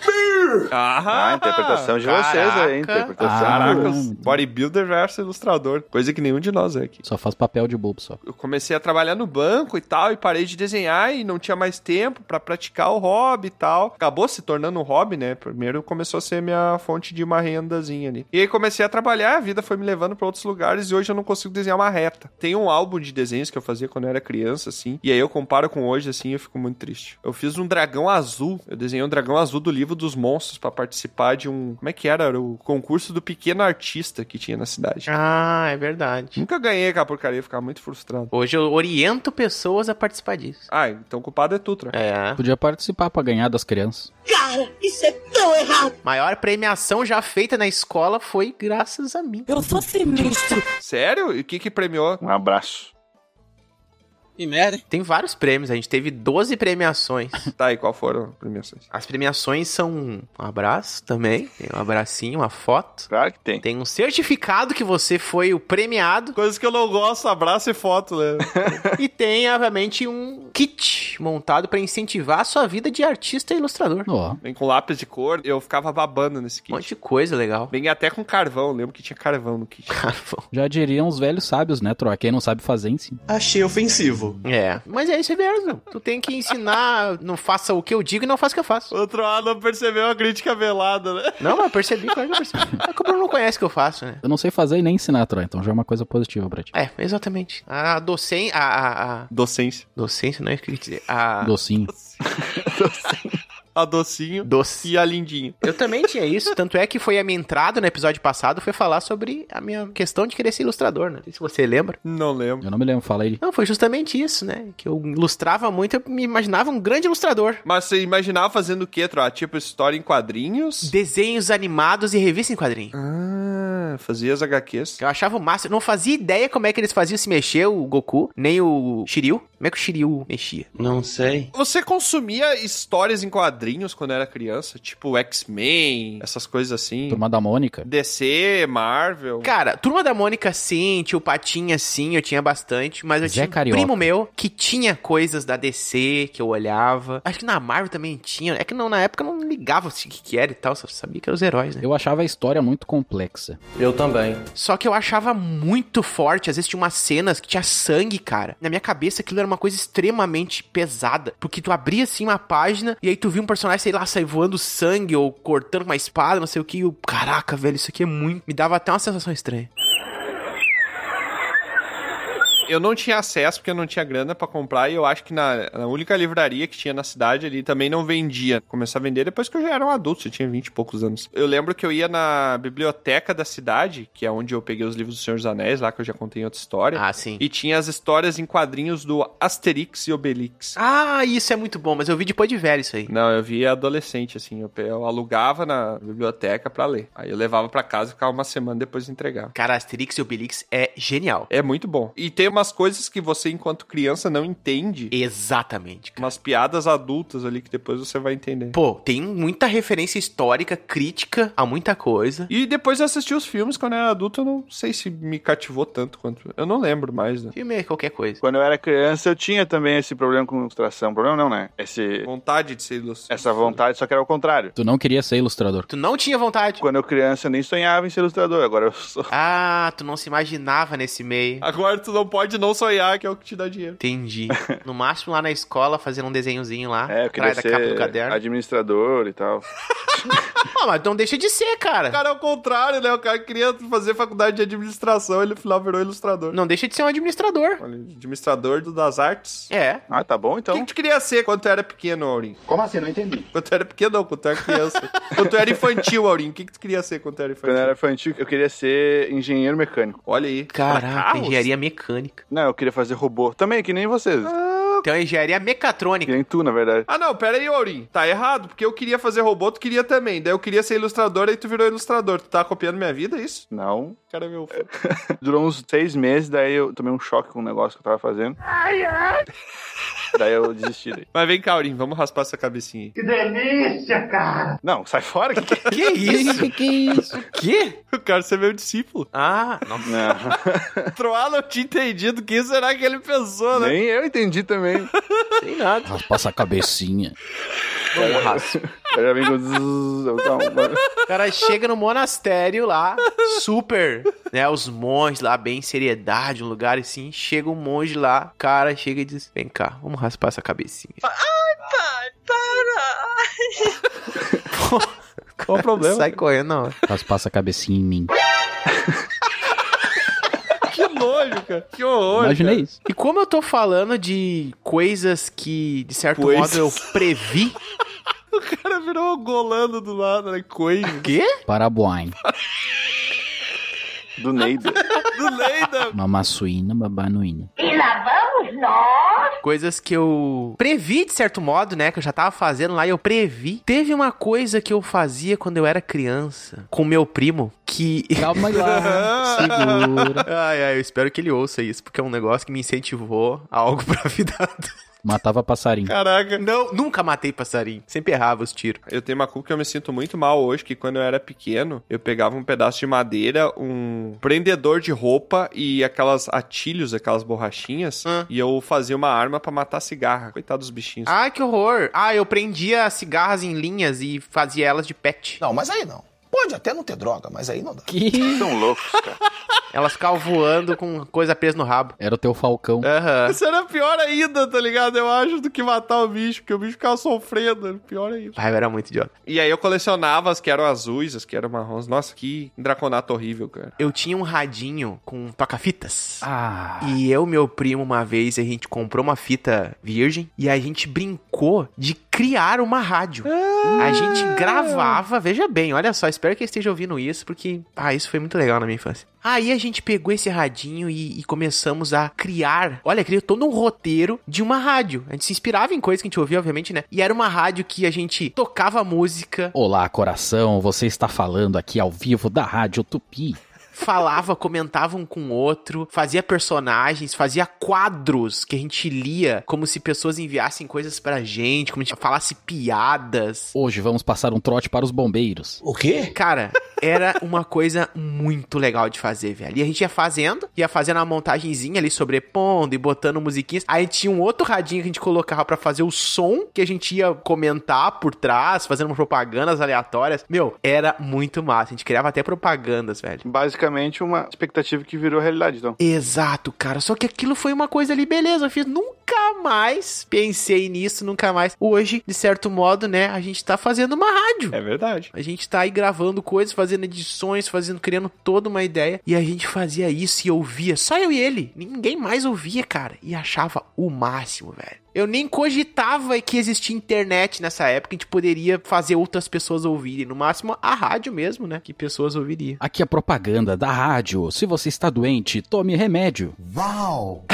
A: Ah,
C: a interpretação de vocês aí, a interpretação.
A: Caraca, é bodybuilder versus ilustrador. Coisa que nenhum de nós é aqui.
F: Só faz papel de bobo só.
A: Eu comecei a trabalhar no banco e tal, e parei de desenhar e não tinha mais tempo pra praticar o hobby e tal. Acabou se tornando um hobby, né? Primeiro começou a ser minha fonte de uma rendazinha ali. E aí comecei a trabalhar, a vida foi me levando pra outros lugares e hoje eu não consigo desenhar uma reta. Tem um álbum de desenhos que eu fazia quando eu era criança, assim, e aí eu comparo com hoje, assim, eu fico muito triste. Eu fiz um dragão azul, eu desenhei um dragão azul do livro dos monstros pra participar de um. Como é que era? Era o concurso do pequeno artista que tinha na cidade.
B: Ah, é verdade.
A: Nunca ganhei aquela porcaria, ficava muito frustrado.
B: Hoje eu oriento pessoas a participar disso.
A: Ah, então o culpado é Tutra.
B: É.
F: Podia participar pra ganhar das crianças.
B: Cara, isso é tão errado. Maior premiação já feita na escola foi graças a mim. Eu sou sinistro.
A: Sério? E o que que premiou?
C: Um abraço.
B: Que merda. Tem vários prêmios, a gente teve 12 premiações.
A: tá, e qual foram as premiações?
B: As premiações são um abraço também, tem um abracinho, uma foto.
C: Claro que tem.
B: Tem um certificado que você foi o premiado.
A: Coisas que eu não gosto, abraço e foto, né?
B: e tem, obviamente, um kit montado pra incentivar a sua vida de artista e ilustrador.
F: Ó.
A: Vem com lápis de cor, eu ficava babando nesse kit.
B: Um monte de coisa legal.
A: Vem até com carvão, eu lembro que tinha carvão no kit.
B: Carvão.
F: Já diriam os velhos sábios, né, Troa? Quem não sabe fazer ensina.
B: Achei ofensivo. É. Mas é isso mesmo. Tu tem que ensinar, não faça o que eu digo e não faça o que eu faço.
A: Outro lado não percebeu a crítica velada, né?
B: Não, mas eu percebi, claro que eu percebi. É que o Bruno não conhece o que eu faço, né?
F: Eu não sei fazer e nem ensinar, Troa, então já é uma coisa positiva pra ti.
B: É, exatamente. A docência. A, a- a-
A: Docência.
B: Docência, não é isso que eu queria dizer. A.
F: Docinho.
A: A docinho
B: Doce.
A: e a lindinha.
B: Eu também tinha isso, tanto é que foi a minha entrada no episódio passado, foi falar sobre a minha questão de querer ser ilustrador, né? Não sei se você lembra.
A: Não lembro.
F: Eu não me lembro, fala aí.
B: Não, foi justamente isso, né? Que eu ilustrava muito, eu me imaginava um grande ilustrador.
A: Mas você imaginava fazendo o quê, Troa? Tipo, história em quadrinhos?
B: Desenhos animados e revista em quadrinho.
A: Ah, fazia as HQs.
B: Eu achava o máximo, eu não fazia ideia como é que eles faziam se mexer o Goku, nem o Shiryu. Como é que o Shiryu mexia?
E: Não sei.
A: Você consumia histórias em quadrinhos quando era criança? Tipo X-Men, essas coisas assim.
F: Turma da Mônica.
A: DC, Marvel.
B: Cara, Turma da Mônica, sim, tio Patinha, sim, eu tinha bastante, mas eu
F: Zé
B: tinha
F: Carioca.
B: um primo meu que tinha coisas da DC que eu olhava. Acho que na Marvel também tinha. É que não, na época eu não ligava assim, o que, que era e tal, só sabia que eram os heróis, né?
F: Eu achava a história muito complexa.
E: Eu também.
B: Só que eu achava muito forte, às vezes tinha umas cenas que tinha sangue, cara. Na minha cabeça aquilo era uma coisa extremamente pesada, porque tu abria assim uma página e aí tu via um personagem, sei lá, sair voando sangue ou cortando com uma espada, não sei o que, e eu, caraca, velho, isso aqui é muito. Me dava até uma sensação estranha.
A: Eu não tinha acesso porque eu não tinha grana pra comprar e eu acho que na, na única livraria que tinha na cidade ali também não vendia. Começou a vender depois que eu já era um adulto, eu tinha 20 e poucos anos. Eu lembro que eu ia na biblioteca da cidade, que é onde eu peguei os livros do Senhor dos Anéis, lá que eu já contei em outra história.
B: Ah, sim.
A: E tinha as histórias em quadrinhos do Asterix e Obelix.
B: Ah, isso é muito bom, mas eu vi depois de velho isso aí.
A: Não, eu via adolescente, assim. Eu, pe- eu alugava na biblioteca pra ler. Aí eu levava pra casa e ficava uma semana depois e entregava.
B: Cara, Asterix e Obelix é genial.
A: É muito bom. E tem umas coisas que você, enquanto criança, não entende.
B: Exatamente.
A: Umas piadas adultas ali que depois você vai entender.
B: Pô, tem muita referência histórica, crítica a muita coisa.
A: E depois eu assisti os filmes quando eu era adulto, eu não sei se me cativou tanto quanto. Eu não lembro mais, né?
B: Filme é qualquer coisa.
C: Quando eu era criança, eu tinha também esse problema com ilustração. Problema não, né? Esse...
A: Vontade de ser ilustrador.
C: Essa vontade, só que era o contrário.
F: Tu não queria ser ilustrador.
B: Tu não tinha vontade.
C: Quando eu criança, eu nem sonhava em ser ilustrador. Agora eu sou.
B: Ah, tu não se imaginava nesse meio.
C: Ah.
A: Agora tu não pode não sonhar, que é o que te dá dinheiro.
B: Entendi. No máximo lá na escola, fazendo um desenhozinho lá.
C: É, eu queria
B: atrás da capa do
C: ser
B: caderno.
C: administrador e tal.
B: Ah, mas não deixa de ser, cara.
A: O cara é o contrário, né? O cara queria fazer faculdade de administração, ele no final virou ilustrador.
B: Não deixa de ser um administrador.
A: Olha, administrador do- das artes.
B: É.
C: Ah, tá bom
A: O
C: então.
A: que que tu queria ser quando tu era pequeno, Aurim?
N: Como assim? Não entendi.
A: Quando tu era pequeno, não, quando tu era criança. quando tu era infantil, Aurim, o que, que tu queria ser quando tu era
C: Quando eu
A: infantil?
C: era infantil, eu queria ser engenheiro mecânico.
A: Olha aí.
B: Caraca,
A: Carros?
B: engenharia mecânica.
C: Não, eu queria fazer robô. Também, que nem vocês.
B: Então é engenharia mecatrônica.
C: Que nem tu, na verdade.
A: Ah, não, pera aí, Aurim. Tá errado, porque eu queria fazer robô, tu queria também. Daí eu queria ser ilustrador, aí tu virou ilustrador. Tu tá copiando minha vida, é isso?
C: Não.
A: Cara, é meu.
C: Durou uns seis meses, daí eu tomei um choque com um negócio que eu tava fazendo. Daí eu desisti. Daí.
A: Mas vem cá, Aurim, vamos raspar essa cabecinha aí.
M: delícia, cara!
C: Não, sai fora. Que...
S: é
B: Que isso?
F: que é isso?
B: que?
A: Eu quero ser é meu discípulo.
B: Ah, nossa.
C: Não.
A: Troá não tinha entendido. O que será que ele pensou, né?
C: Nem eu entendi também.
B: Sem nada.
F: Raspar essa cabecinha.
B: Vamos raspa.
C: Eu já vim com... zzz, eu- não, mas-
B: O cara chega no monastério lá, super, né? Os monges lá, bem seriedade, um lugar assim. Chega um monge lá, o cara chega e diz: Vem cá, vamos raspar essa cabecinha.
A: Qual o problema?
B: Sai correndo, não.
F: Raspar essa cabecinha em mim.
A: Que nojo, cara. Que horror.
F: Imaginei isso.
B: E como eu tô falando de coisas que, de certo
A: Coisas.
B: modo, eu previ.
A: O cara virou um golando do lado, né? Coisa.
B: Quê?
F: Parabuain.
C: Do Neida.
A: Do Leida.
F: Mamassuína, babanuína.
G: E lá vamos nós!
B: Coisas que eu previ, de certo modo, né? Que eu já tava fazendo lá e eu previ. Teve uma coisa que eu fazia quando eu era criança com meu primo que.
F: Calma lá. Segura.
B: Ai, ai, eu espero que ele ouça isso, porque é um negócio que me incentivou a algo pra vida. adulta.
F: Matava passarinho.
A: Caraca.
B: Não, nunca matei passarinho. Sempre errava os tiros.
A: Eu tenho uma culpa que eu me sinto muito mal hoje, que quando eu era pequeno, eu pegava um pedaço de madeira, um prendedor de roupa e aquelas atilhos, aquelas borrachinhas,
B: Hã?
A: e eu fazia uma arma pra matar cigarra. Coitado dos bichinhos.
B: Ai, que horror. Ah, eu prendia cigarras em linhas e fazia elas de pet.
S: Não, mas aí não. Pode até não ter droga, mas aí não dá.
F: Que...
C: São loucos, cara.
B: Elas ficavam voando com coisa presa no rabo.
F: Era o teu falcão.
B: Aham.
A: Isso era pior ainda, tá ligado? Eu acho, do que matar o bicho, porque o bicho ficava sofrendo. Era pior ainda.
B: Ai, eu era muito idiota.
A: E aí eu colecionava as que eram azuis, as que eram marrons. Nossa, que draconato horrível, cara.
B: Eu tinha um radinho com toca-fitas.
F: Ah.
B: E eu, meu primo, uma vez a gente comprou uma fita virgem e a gente brincou de criar uma rádio. A gente gravava, veja bem, olha só, espero que ele esteja ouvindo isso, porque, ah, isso foi muito legal na minha infância. Aí a gente pegou esse radinho e, e começamos a criar. Olha, criou todo um roteiro de uma rádio. A gente se inspirava em coisas que a gente ouvia, obviamente, né? E era uma rádio que a gente tocava música,
F: Olá, coração. Você está falando aqui ao vivo da Rádio Tupi.
B: falava, comentava um com o outro, fazia personagens, fazia quadros que a gente lia, como se pessoas enviassem coisas pra gente, como a gente falasse piadas.
F: Hoje vamos passar um trote para os bombeiros.
S: O quê?
B: Cara, era uma coisa muito legal de fazer, velho. E a gente ia fazendo, ia fazendo a montagenzinha ali, sobrepondo e botando musiquinhas. Aí tinha um outro radinho que a gente colocava pra fazer o som que a gente ia comentar por trás, fazendo propagandas aleatórias. Meu, era muito massa. A gente criava até propagandas, velho.
C: Basicamente, uma expectativa que virou realidade, então.
B: Exato, cara. Só que aquilo foi uma coisa ali, beleza, eu fiz. Nunca mais pensei nisso, nunca mais. Hoje, de certo modo, né, a gente tá fazendo uma rádio.
A: É verdade.
B: A gente tá aí gravando coisas, fazendo edições, fazendo, criando toda uma ideia. E a gente fazia isso e ouvia. Só eu e ele. Ninguém mais ouvia, cara. E achava o máximo, velho. Eu nem cogitava que existia internet nessa época, a gente poderia fazer outras pessoas ouvirem. No máximo, a rádio mesmo, né? Que pessoas ouviriam.
F: Aqui a propaganda da rádio. Se você está doente, tome remédio. Uau!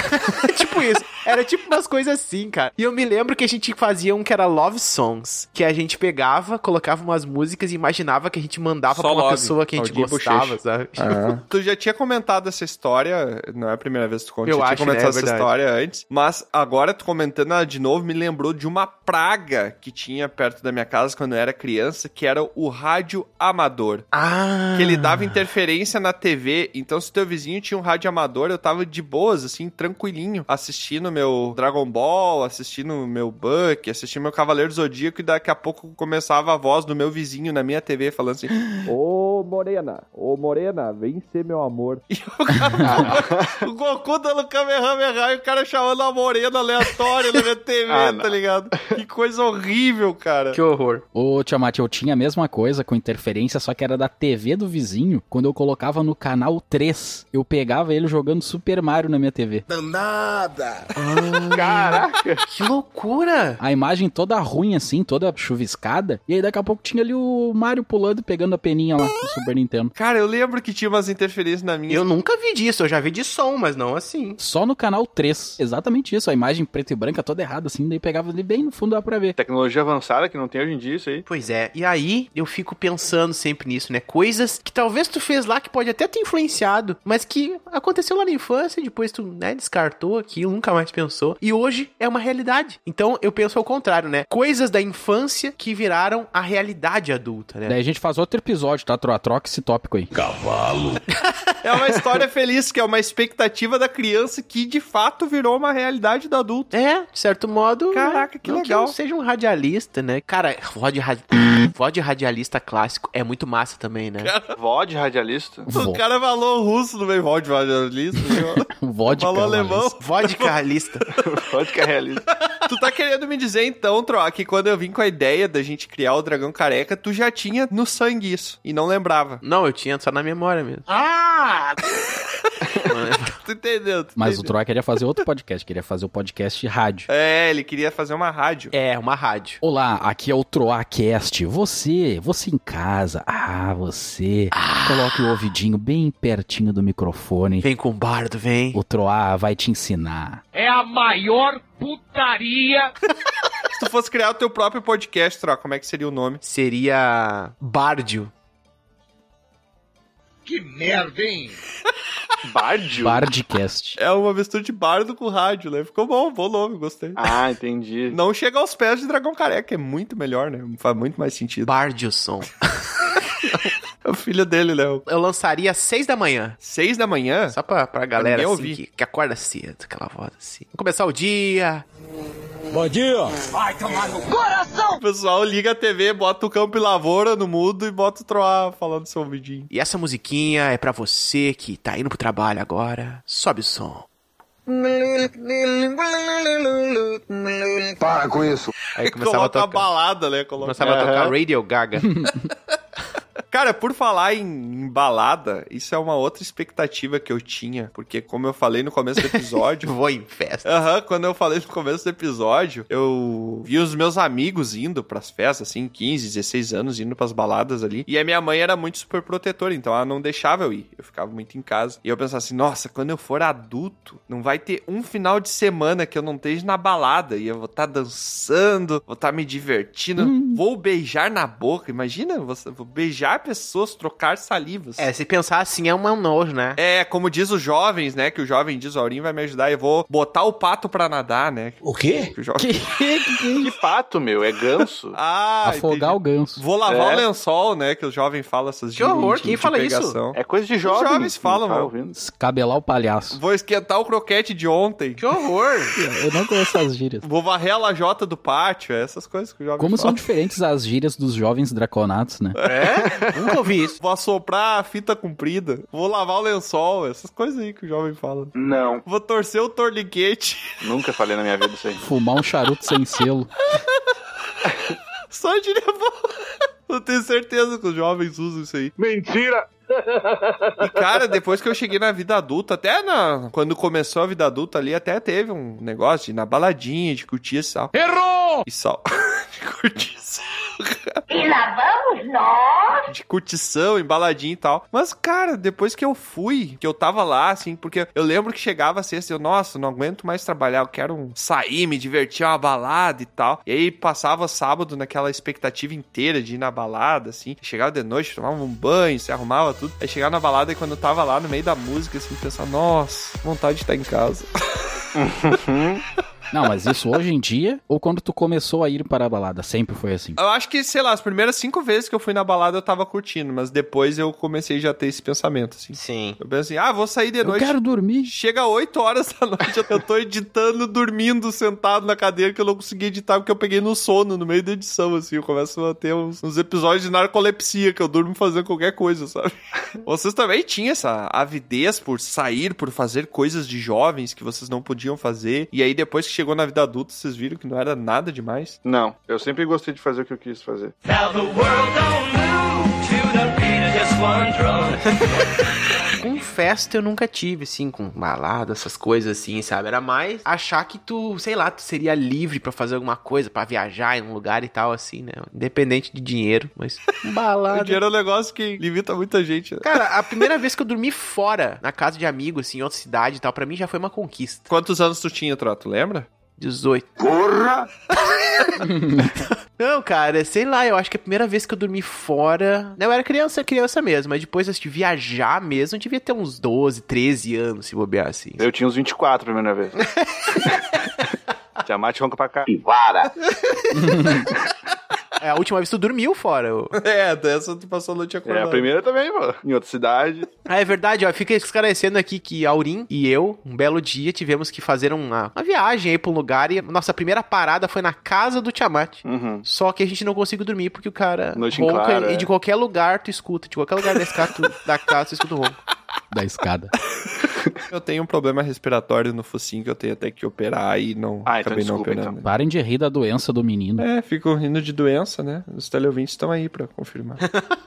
B: tipo isso. Era tipo umas coisas assim, cara. E eu me lembro que a gente fazia um que era Love Songs, que a gente pegava, colocava umas músicas e imaginava que a gente mandava
A: Só
B: pra uma
A: love.
B: pessoa que a gente
A: Claudinho
B: gostava,
A: Bochecha.
B: sabe?
A: Ah. Tu já tinha comentado essa história, não é a primeira vez que tu conta,
B: Eu
A: já
B: acho,
A: tinha comentado
B: né? É
A: essa
B: verdade.
A: história antes, mas agora tu comentando ela de novo me lembrou de uma praga que tinha perto da minha casa quando eu era criança, que era o rádio amador.
B: Ah!
A: Que ele dava interferência na TV, então se teu vizinho tinha um rádio amador, eu tava de boas, assim, tranquilinho, assistindo meu Dragon Ball, assistindo meu Buck, assistindo meu Cavaleiro Zodíaco e daqui a pouco começava a voz do meu vizinho na minha TV falando assim...
T: Ô Morena, ô Morena, vem ser meu amor.
A: O Goku dando Kamehameha e o cara chamando a morena aleatória na minha TV,
F: Ah, não.
A: tá ligado? Que coisa horrível, cara.
B: horror.
F: Ô, Tiamat, eu tinha a mesma coisa com interferência, só que era da TV do vizinho. Quando eu colocava no canal 3, eu pegava ele jogando Super Mario na minha TV.
S: Danada! Hum.
B: Caraca! Que loucura!
F: A imagem toda ruim, assim, toda chuviscada. E aí daqui a pouco tinha ali o Mario pulando e pegando a peninha lá do Super Nintendo.
A: Cara, eu lembro que tinha umas interferências na minha.
B: Eu nunca vi disso, eu já vi de som, mas não assim.
F: Só no canal 3. Exatamente isso. A imagem preta e branca toda errada, assim, daí pegava ali bem no fundo, dá pra ver.
C: Tecnologia avançada que não tem hoje em dia isso aí.
B: Pois é, e aí eu fico pensando sempre nisso, né? Coisas que talvez tu fez lá que pode até ter influenciado, mas que aconteceu lá na infância, e depois tu, né, descartou aquilo, nunca mais pensou, e hoje é uma realidade. Então eu penso ao contrário, né? Coisas da infância que viraram a realidade adulta, né?
F: Daí a gente faz outro episódio, tá? Tro- Troca esse tópico aí. Cavalo.
A: É uma história feliz, que é uma expectativa da criança que de fato virou uma realidade do adulto.
B: É, de certo modo.
A: Caraca, que
B: não eu
A: legal.
B: não seja um radialista, né? Cara, voz de, radi... voz de radialista clássico é muito massa também, né?
C: Vó de radialista?
A: O cara falou russo no meio de radialista.
F: Vodka.
A: Falou alemão.
B: Vodka realista.
C: Vodka é realista.
A: Tu tá querendo me dizer então, Troa, que quando eu vim com a ideia da gente criar o dragão careca, tu já tinha no sangue isso e não lembrava.
B: Não, eu tinha só na memória mesmo.
A: Ah! tu entendeu? tu
F: Mas o
A: entendeu.
F: Troy queria fazer outro podcast, queria fazer o podcast de rádio.
A: É, ele queria fazer uma rádio.
B: É, uma rádio.
F: Olá, aqui é o Troacast. Você, você em casa, ah, você, coloque o ouvidinho bem pertinho do microfone.
B: Vem com o bardo, vem.
F: O Troá vai te ensinar.
R: É a maior putaria.
A: Se tu fosse criar o teu próprio podcast, Troa, como é que seria o nome?
B: Seria Bárdio.
R: Que merda, hein?
C: Bardio?
F: Bardcast.
A: É uma mistura de bardo com rádio, né? Ficou bom, bom nome, gostei.
C: Ah, entendi.
A: Não chega aos pés de Dragão Careca, é muito melhor, né? Faz muito mais sentido.
B: Bardilson.
A: é o filho dele, né?
B: Eu lançaria às seis da manhã.
A: Seis da manhã?
B: Só pra, pra galera
A: ninguém
B: assim,
A: ouvir.
B: que, que acorda cedo, aquela voz assim. Vamos começar o dia. Bom dia! Vai tomar no
A: Coração! O pessoal liga a TV, bota o campo e lavoura no mudo e bota o Troá falando seu ouvidinho.
B: E essa musiquinha é pra você que tá indo pro trabalho agora. Sobe o som.
T: Para com isso.
B: Aí começava a
A: Coloca
B: tocar.
A: balada, né? Coloca...
B: Começava a tocar
A: Aham.
B: Radio Gaga.
A: Cara, por falar em, em balada, isso é uma outra expectativa que eu tinha, porque como eu falei no começo do episódio,
B: vou em festa.
A: Aham, quando eu falei no começo do episódio, eu vi os meus amigos indo pras festas, assim, 15, 16 anos, indo pras baladas ali. E a minha mãe era muito super protetora, então ela não deixava eu ir. Eu ficava muito em casa. E eu pensava assim, nossa, quando eu for adulto, não vai ter um final de semana que eu não esteja na balada. E eu vou estar dançando, vou estar me divertindo,
B: Hum.
A: vou beijar na boca. Imagina, você, vou beijar pessoas, trocar salivas.
B: É, se pensar assim é um é um nojo, né?
A: É, como diz os jovens, né? Que o jovem diz, o Aurinho vai me ajudar, eu vou botar o pato pra nadar, né?
C: O quê?
A: Que, o jovem...
C: Que pato, meu? É ganso?
A: Ah,
F: Afogar o ganso.
A: Vou lavar o
C: É.
A: lençol, né? Que o jovem fala essas
C: Que horror,
A: gírias
C: quem fala isso?
A: pegação.
C: É coisa de jovem,
A: Os jovens falam,
C: tá
A: meu.
C: ouvindo?
F: Cabelar o palhaço.
A: Vou esquentar o croquete de ontem. Que
B: horror!
F: Eu não conheço as gírias.
A: Vou varrer a lajota do pátio, é essas coisas que o jovem
F: Como são
A: fala.
F: diferentes as gírias dos jovens draconatos, né?
A: É?
B: Nunca ouvi
C: assim?
B: isso.
A: Vou assoprar a fita comprida. Vou lavar o lençol, essas coisas aí que o jovem fala.
C: Não.
A: Vou torcer o torniquete.
C: Nunca falei na minha vida isso aí.
F: Fumar um charuto sem selo.
A: Só de nervoso. Eu tenho certeza que os jovens usam isso aí.
T: Mentira!
A: E, cara, depois que eu cheguei na vida adulta, até na, quando começou a vida adulta ali, até teve um negócio de ir na baladinha, de curtir e sal. Errou! E sal. de curtir sal.
G: E lá vamos nós.
A: de curtição, embaladinha e tal. Mas, cara, depois que eu fui, que eu tava lá, assim, porque eu lembro que chegava a sexta e eu, nossa, não aguento mais trabalhar, eu quero um- sair, me divertir, uma balada e tal. E aí passava sábado naquela expectativa inteira de ir na balada, assim. Chegava de noite, tomava um banho, se arrumava tudo. Aí chegava na balada e quando eu tava lá no meio da música, assim, pensava, nossa, vontade de estar em casa.
F: Não, mas isso hoje em dia ou quando tu começou a ir para a balada? Sempre foi assim.
A: Eu acho que, sei lá, as primeiras cinco vezes que eu fui na balada eu tava curtindo, mas depois eu comecei já a ter esse pensamento, assim.
B: Sim.
A: Eu penso assim, ah, vou sair de
F: Eu
A: noite.
F: quero dormir.
A: Chega 8 horas da noite, eu tô editando, dormindo, sentado na cadeira, que eu não consegui editar porque eu peguei no sono, no meio da edição, assim. Eu começo a ter uns, uns episódios de narcolepsia, que eu durmo fazendo qualquer coisa, sabe? Vocês também tinham essa avidez por sair, por fazer coisas de jovens que vocês não podiam fazer. E aí, depois que chegou na vida adulta, vocês viram que não era nada demais?
C: Não, eu sempre gostei de fazer o que eu quis fazer.
Q: Now the world don't move to the beat of just one
B: Com festa eu nunca tive, assim, com balada, essas coisas assim, sabe? Era mais achar que tu, sei lá, tu seria livre pra fazer alguma coisa, pra viajar em um lugar e tal, assim, né? Independente de dinheiro, mas.
A: O dinheiro é um negócio que limita muita gente. né?
B: Cara, a primeira vez que eu dormi fora, na casa de amigo, assim, em outra cidade e tal, pra mim já foi uma conquista.
A: Quantos anos tu tinha, Troto? Lembra?
B: 18. Porra! Não, cara, sei lá, eu acho que a primeira vez que eu dormi fora. Não, eu era criança, criança mesmo, mas depois eu viajar mesmo, eu devia ter uns 12, 13 anos, se bobear assim.
C: Eu tinha uns 24 a primeira vez. Tiamat ronca pra cá.
B: Para! é, a última vez tu dormiu fora. eu-
A: É, dessa tu passou a noite
C: É,
A: acordando.
C: a primeira também, mano. Em outra cidade.
B: Ah, é verdade, ó. Fica esclarecendo aqui que Aurim e eu, um belo dia, tivemos que fazer uma, uma viagem aí pra um lugar e a nossa primeira parada foi na casa do Tiamat.
C: Uhum.
B: Só que a gente não conseguiu dormir porque o cara
C: Noite em
B: ronca
C: claro,
B: e
C: é.
B: de qualquer lugar tu escuta, de qualquer lugar da, escada, tu- da casa tu escuta o ronco.
F: Da escada.
A: Eu tenho um problema respiratório no focinho que eu tenho até que operar e não
C: Ah, então
A: acabei
C: desculpa,
A: não operando.
F: Parem de rir da doença do menino.
A: É, fico rindo de doença, né? Os teleouvintes estão aí pra confirmar.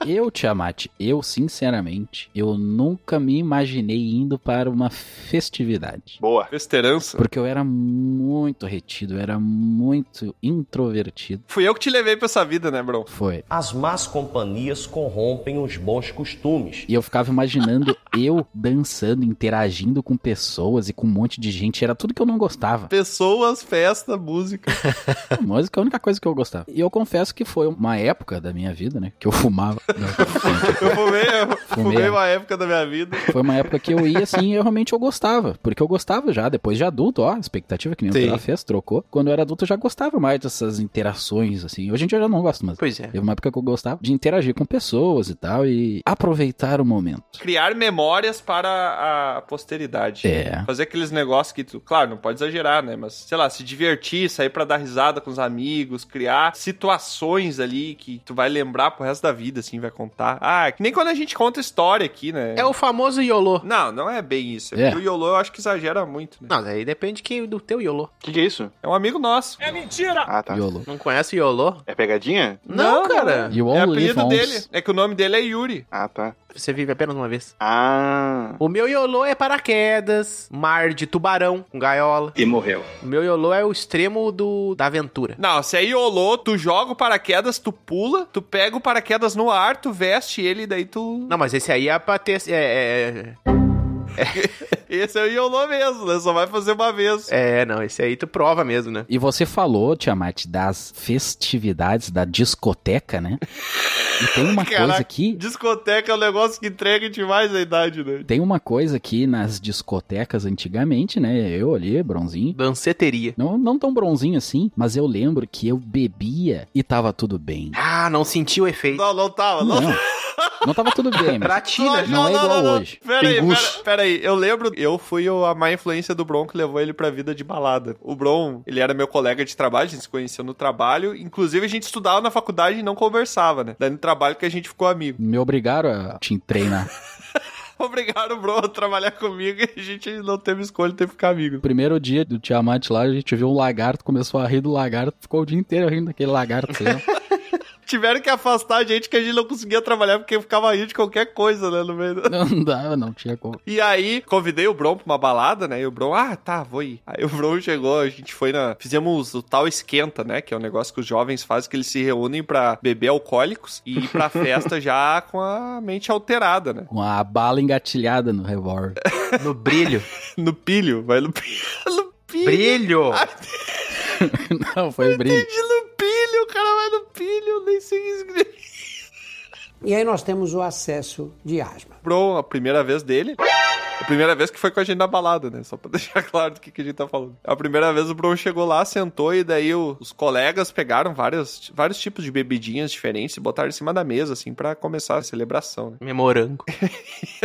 F: Eu, Tiamat, eu sinceramente, eu nunca me imaginei indo para uma festividade.
C: Boa.
A: Festeirança.
F: Porque eu era muito retido, eu era muito introvertido.
A: Fui eu que te levei pra essa vida, né, bro?
F: Foi.
U: As más companhias corrompem os bons costumes.
F: E eu ficava imaginando eu dançando, interagindo com pessoas e com um monte de gente. Era tudo que eu não gostava.
A: Pessoas, festa, música.
F: Música é a única coisa que eu gostava. E eu confesso que foi uma época da minha vida, né? Que eu fumava.
A: Eu fumei, eu
F: Fumei,
A: fumei
F: é.
A: uma época da minha vida.
F: Foi uma época que eu ia assim e eu realmente eu gostava. Porque eu gostava já, depois de adulto, ó, a expectativa que nem o
A: Sim.
F: Pela fez, trocou. Quando eu era adulto, eu já gostava mais dessas interações, assim. Hoje em dia eu já não gosto, mas
B: Pois é.
F: teve uma época que eu gostava de interagir com pessoas e tal e aproveitar o momento.
A: Criar memórias para a posteridade.
F: É.
A: Fazer aqueles negócios que tu, claro, não pode exagerar, né? Mas, sei lá, se divertir, sair pra dar risada com os amigos, criar situações ali que tu vai lembrar pro resto da vida, assim, vai contar. Ah, que nem quando a gente conta história aqui, né?
B: É o famoso YOLO.
A: Não, não é bem isso.
B: É.
A: É. que O YOLO eu acho que exagera muito, né?
B: Não, daí depende quem, do teu YOLO.
C: O que, que é isso?
A: É um amigo nosso.
B: É mentira!
C: Ah, tá.
F: Yolo.
B: Não conhece o YOLO?
C: É pegadinha?
B: Não, cara.
F: You
A: É
F: only live
A: apelido
F: once.
A: dele. É que o nome dele é Yuri.
C: Ah, tá.
B: Você vive apenas uma vez.
C: Ah.
B: O meu YOLO é paraquedas, mar de tubarão, com gaiola.
N: E morreu.
B: O meu YOLO é o extremo do, da aventura.
A: Não, se é Yolo, tu joga o paraquedas, tu pula, tu pega o paraquedas no ar, tu veste ele e daí tu.
B: Não, mas esse aí é pra ter. É,
A: Esse é o Yolo mesmo, né? Só vai fazer uma vez.
B: é, é, não, esse aí tu prova mesmo, né?
F: E você falou, Tiamat, das festividades da discoteca, né? E tem uma coisa aqui.
A: Discoteca é um negócio que entrega demais a idade, né?
F: Tem uma coisa que nas discotecas antigamente, né? Eu ali, bronzinho.
B: Danceteria.
F: Não, não tão bronzinho assim, mas eu lembro que eu bebia e tava tudo bem.
B: Ah, não senti o efeito.
A: Não, não tava, Ah, não.
F: Não, não tava tudo bem, mas
B: Pratina.
F: não, é igual hoje.
A: Pera
F: Tem
A: aí,
F: gosto.
A: pera, pera aí, eu lembro, eu fui o- a má influência do Bron que levou ele pra vida de balada. O Bron, ele era meu colega de trabalho, a gente se conheceu no trabalho, inclusive a gente estudava na faculdade e não conversava, né? Daí no trabalho que a gente ficou amigo.
F: Me obrigaram a te treinar.
A: Obrigaram o Bron a trabalhar comigo e a gente não teve escolha, teve que ficar amigo.
F: Primeiro dia do Tiamat lá, a gente viu um lagarto, começou a rir do lagarto, ficou o dia inteiro rindo daquele lagarto. sei lá.
A: Tiveram que afastar a gente que a gente não conseguia trabalhar porque ficava rindo de qualquer coisa, né? No meio. da-
F: Não dava, não tinha como.
A: E aí, convidei o Bron pra uma balada, né? E o Bron, ah, tá, vou ir. Aí o Bron chegou, a gente foi na. Fizemos o tal esquenta, né? Que é um negócio que os jovens fazem, que eles se reúnem pra beber alcoólicos e ir pra festa já com a mente alterada, né?
F: Com a bala engatilhada no revólver.
A: No brilho. no pilho, vai no pilho. No pilho.
F: Brilho!
A: Ah,
F: Não, foi Ah, brilho.
A: de no pilho, o cara vai no pilho, eu nem sei isso.
V: E aí nós temos o acesso de asma.
A: Bron, a primeira vez dele. A primeira vez que foi com a gente na balada, né? Só pra deixar claro do que, que a gente tá falando. A primeira vez o Bron chegou lá, sentou e daí o- os colegas pegaram vários, vários tipos de bebidinhas diferentes e botaram em cima da mesa, assim, pra começar a celebração, né?
B: Memorango.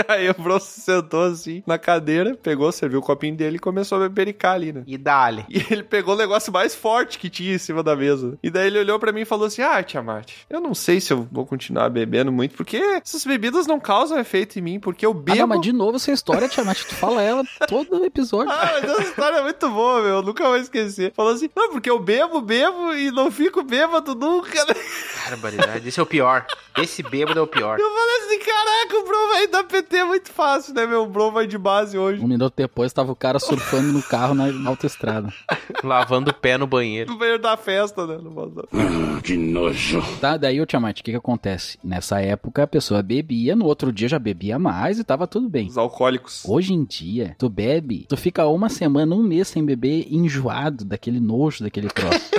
A: Aí o Bron se sentou assim na cadeira, pegou, serviu o copinho dele e começou a bebericar ali, né?
B: E dali.
A: E ele pegou o negócio mais forte que tinha em cima da mesa. E daí ele olhou pra mim e falou assim: Ah, Tia Mate, eu não sei se eu vou continuar bebendo muito, porque essas bebidas não causam efeito em mim, porque eu
F: Ah,
A: bebo.
F: não, mas de novo essa história, Tia Mate, tu fala ela todo episódio.
A: Ah, mas essa história é muito boa, meu. Eu nunca vou esquecer. Falou assim: não, porque eu bebo, bebo e não fico bêbado nunca, né?
B: Barbaridade. Esse é o pior. Esse bêbado é o pior.
A: Eu falei assim: caraca, o Bro vai dar PT muito fácil, né, meu? O Bro vai de base hoje.
F: Um minuto depois tava o cara surfando no carro na, na autoestrada.
B: Lavando o pé no banheiro.
A: No meio da festa, né? No modo-
F: Que nojo. Tá, daí, ô Tiamat, o que que acontece? Nessa época a pessoa bebia, no outro dia já bebia mais e tava tudo bem. Os
A: alcoólicos.
F: Hoje em dia, tu bebe, tu fica uma semana, um mês sem beber, enjoado daquele nojo, daquele troço,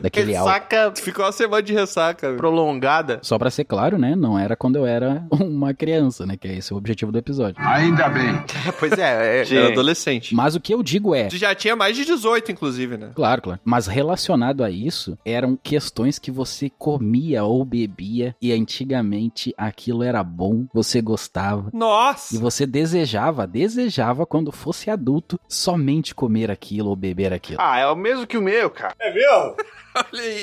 F: daquele álcool.
B: Ressaca.
A: Ficou uma semana de ressaca.
B: Prolongada.
F: Só pra ser claro, né? Não era quando eu era uma criança, né? Que é esse o objetivo do episódio. Ainda bem.
B: pois é. é-
A: Era adolescente.
F: Mas o que eu digo é.
A: Tu já tinha mais de 18, inclusive, né?
F: Claro, claro. Mas relacionado a isso, eram questões que você comia ou bebia e antigamente aquilo era bom, você gostava.
A: Nossa!
F: E você desejava, desejava quando fosse adulto somente comer aquilo ou beber aquilo.
C: Ah, é o mesmo que o meu, cara.
A: É meu?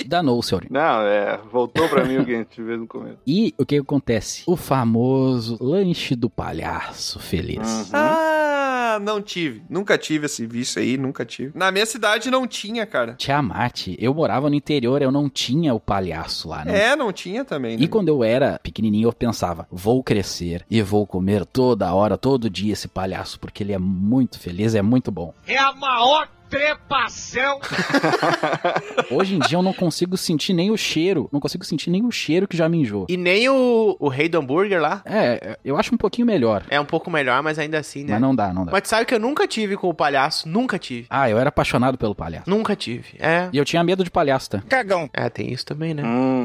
F: Danou, senhor.
C: Não, é. Voltou pra mim o que a gente vê no começo.
F: E o que acontece? O famoso lanche do palhaço
A: Uhum.
F: feliz.
A: Ah, não tive. Nunca tive esse vício aí, nunca tive. Na minha cidade não tinha, cara.
F: Tiamate, eu morava no interior, eu não tinha o palhaço lá, né?
A: É, não tinha também.
F: E quando eu era pequenininho, eu pensava, vou crescer e vou comer toda hora, todo dia esse palhaço, porque ele é muito feliz, é muito bom.
R: É a maior trepação.
F: Hoje em dia eu não consigo sentir nem o cheiro, não consigo sentir nem o cheiro que já me enjoa.
B: E nem o, o rei do hambúrguer lá.
F: É, eu acho um pouquinho melhor,
B: É um pouco melhor, mas ainda assim, né?
F: mas não dá, não dá.
B: Mas tu sabe que eu nunca tive com o palhaço. Nunca tive.
F: Ah, eu era apaixonado pelo palhaço.
B: Nunca tive. É.
F: E eu tinha medo de palhaço, tá?
B: Cagão. É, tem isso também, né?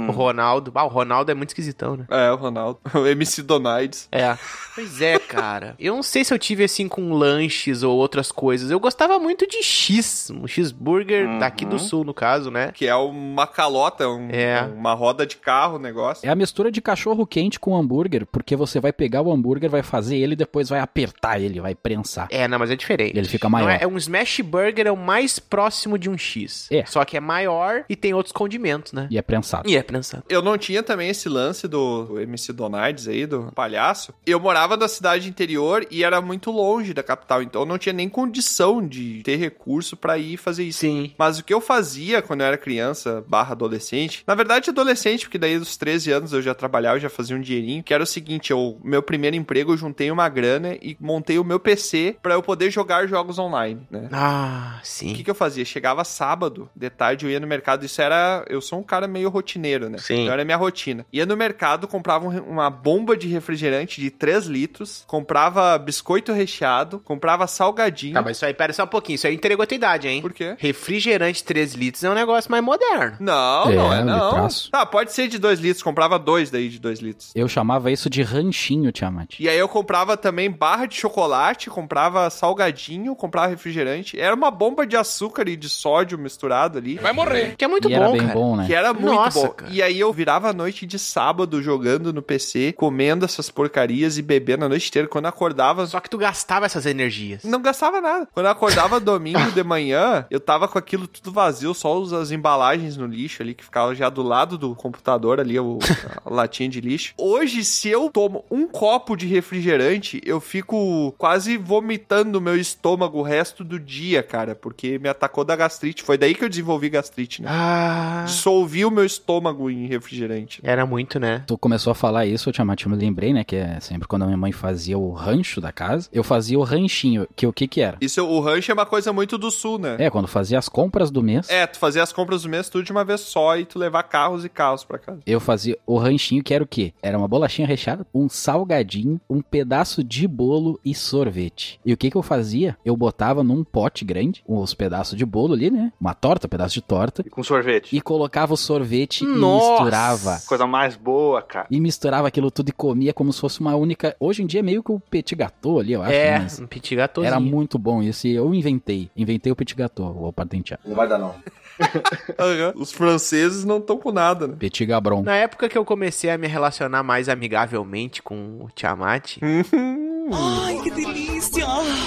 B: O Ronaldo. Ah, o Ronaldo é muito esquisitão, né?
A: É, o Ronaldo. O MC Donaides.
B: É. Pois é, cara. Eu não sei se eu tive assim com lanches ou outras coisas. Eu gostava muito de X, um cheeseburger daqui do sul, no caso, né?
A: Que é uma calota, um- uma roda de carro, o negócio.
F: É a mistura de cachorro quente com hambúrguer, porque você vai pegar o hambúrguer, vai fazer ele e depois vai apertar ele, vai prensar.
B: É, não, mas é diferente.
F: Ele fica
B: Não
F: maior.
B: é, é um smash burger é o mais próximo de um X. É. Só que é maior e tem outros condimentos, né?
F: E é prensado.
B: E é prensado.
A: Eu não tinha também esse lance do do MC Donaides aí, do palhaço. Eu morava na cidade interior e era muito longe da capital, então eu não tinha nem condição de ter recurso pra ir fazer isso.
B: Sim.
A: Mas o que eu fazia quando eu era criança barra adolescente, na verdade adolescente, porque daí dos 13 anos eu já trabalhava, eu já fazia um dinheirinho, que era o seguinte, eu, meu primeiro emprego eu juntei uma grana e montei o meu PC pra eu poder jogar jogos online, né?
B: Ah,
A: O
B: sim.
A: que, que eu fazia? Chegava sábado, de tarde eu ia no mercado. Isso era. Eu sou um cara meio rotineiro, né?
B: Sim.
A: Então era minha rotina. Ia no mercado, comprava um re- uma bomba de refrigerante de 3 litros, comprava biscoito recheado, comprava salgadinho.
B: Tá, mas isso aí, pera só um pouquinho. Isso aí entregou a tua idade, hein? Por
A: quê?
B: Refrigerante 3 litros é um negócio mais moderno.
A: Não,
F: É,
A: não é, não.
F: litraço.
A: Tá, pode ser de 2 litros, comprava dois daí de 2 litros.
F: Eu chamava isso de ranchinho, Tiamat.
A: E aí eu comprava também barra de chocolate, comprava salgadinho, comprava refrigerante. Era uma bomba de açúcar e de sódio misturado ali. Vai morrer.
B: Que é muito E era bom, bem cara. bom, né?
A: Que era muito
B: Nossa,
A: bom.
B: cara.
A: E aí eu virava a noite de sábado jogando no PC, comendo essas porcarias e bebendo a noite inteira. Quando eu acordava...
B: Só que tu gastava essas energias.
A: Não gastava nada. Quando eu acordava domingo, de manhã, eu tava com aquilo tudo vazio, só os- as embalagens no lixo ali, que ficava já do lado do computador ali, o, a latinha de lixo. Hoje, se eu tomo um copo de refrigerante, eu fico quase vomitando no meu estômago o resto do dia, cara, porque me atacou da gastrite. Foi daí que eu desenvolvi gastrite, né?
B: Ah.
A: Dissolvi o meu estômago em refrigerante.
B: Era muito, né?
F: Tu começou a falar isso, eu te eu me lembrei, né? Que é sempre quando a minha mãe fazia o rancho da casa, eu fazia o ranchinho, que o que que era?
A: Isso, o rancho é uma coisa muito do sul, né?
F: É, quando fazia as compras do mês,
A: É, tu fazer as compras do mês tudo de uma vez só e tu levar carros e carros pra casa.
F: eu fazia o ranchinho, que era o quê? Era uma bolachinha recheada, um salgadinho, um pedaço de bolo e sorvete. E o que que eu fazia? Eu botava num pote grande os pedaços de bolo ali, né? Uma torta, um pedaço de torta,
C: Com sorvete.
F: e colocava o sorvete
C: Nossa!
F: e misturava.
C: Coisa mais boa, cara.
F: E misturava aquilo tudo e comia como se fosse uma única. Hoje em dia é meio que o petit gâteau ali, eu acho.
B: é,
F: mas
B: um petit gâteauzinho.
F: Era muito bom isso e eu inventei. Inventei o petit gâteau, vou patentear.
N: Não vai dar, não.
A: Aham. Os franceses não estão com nada, né?
F: Petit gabron.
B: Na época que eu comecei a me relacionar mais amigavelmente com o Tiamat,
Q: Ai, que delícia!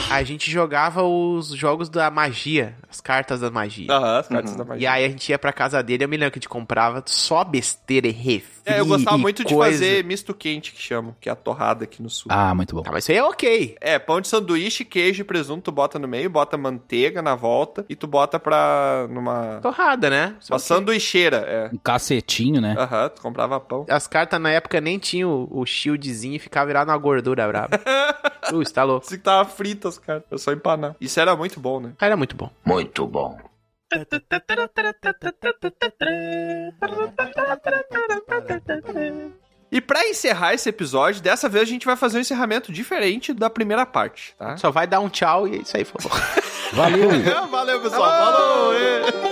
B: a gente jogava os jogos da magia, as cartas da magia.
A: Aham, as cartas da
B: Uhum. E
A: magia.
B: aí a gente ia pra casa dele, eu me lembro que a gente comprava só besteira e refri.
A: É, eu gostava
B: e
A: muito de
B: coisa.
A: fazer misto quente, que chamam, que é a torrada aqui no sul.
F: Ah, muito bom.
B: Tá, mas isso aí é ok.
A: É, pão de sanduíche, queijo e presunto, tu bota no meio, bota manteiga na volta e tu bota pra. numa.
B: Torrada, né? Só
A: Uma
B: que-
A: sanduicheira, é.
F: Um cacetinho, né?
A: Aham, tu comprava pão.
B: As cartas na época nem tinham o, o shieldzinho e ficava virado na gordura braba. uh, está louco.
A: Se Assim tava fritas, cara. Eu só empanar. Isso era muito bom, né?
B: Cara, era muito bom.
N: Muito bom.
A: E pra encerrar esse episódio, dessa vez a gente vai fazer um encerramento diferente da primeira parte, tá?
B: Só vai dar um tchau e é isso aí, por favor.
F: Valeu!
A: Ah, Valeu, pessoal. Falou! ê.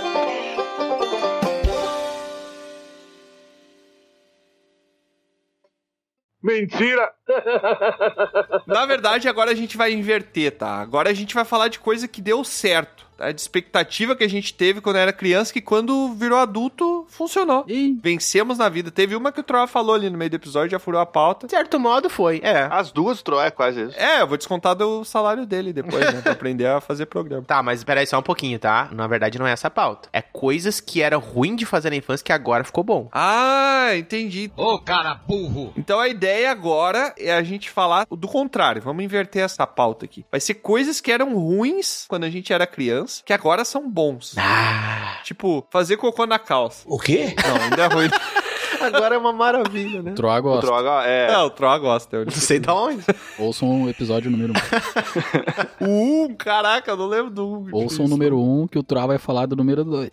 R: Mentira!
A: Na verdade, agora a gente vai inverter, tá? Agora a gente vai falar de coisa que deu certo. Tá? De expectativa que a gente teve quando era criança, que quando virou adulto, funcionou.
F: Ih.
A: Vencemos na vida. Teve uma que o Troa falou ali no meio do episódio, já furou a pauta.
B: De certo modo foi, é.
C: As duas Troia, quase isso.
A: É, eu vou descontar do salário dele depois, né? Pra aprender a fazer programa.
B: Tá, mas peraí só um pouquinho, tá? Na verdade não é essa a pauta. É coisas que era ruim de fazer na infância que agora ficou bom.
A: Ah, entendi.
R: Ô, cara burro!
A: Então a ideia agora é a gente falar do contrário. Vamos inverter essa pauta aqui. Vai ser coisas que eram ruins quando a gente era criança, que agora são bons.
B: Ah,
A: Tipo, fazer cocô na calça.
S: O quê?
A: Não, ainda é ruim.
B: agora é uma maravilha, né?
F: Troa
C: O
F: gosta.
C: droga é.
A: É, o Troa gosta. eu-
B: Não sei da onde.
F: Ouçam o episódio número
A: O um, caraca, eu não lembro do um.
F: 1. Ouçam o número 1 um, que o Troa vai falar do número 2.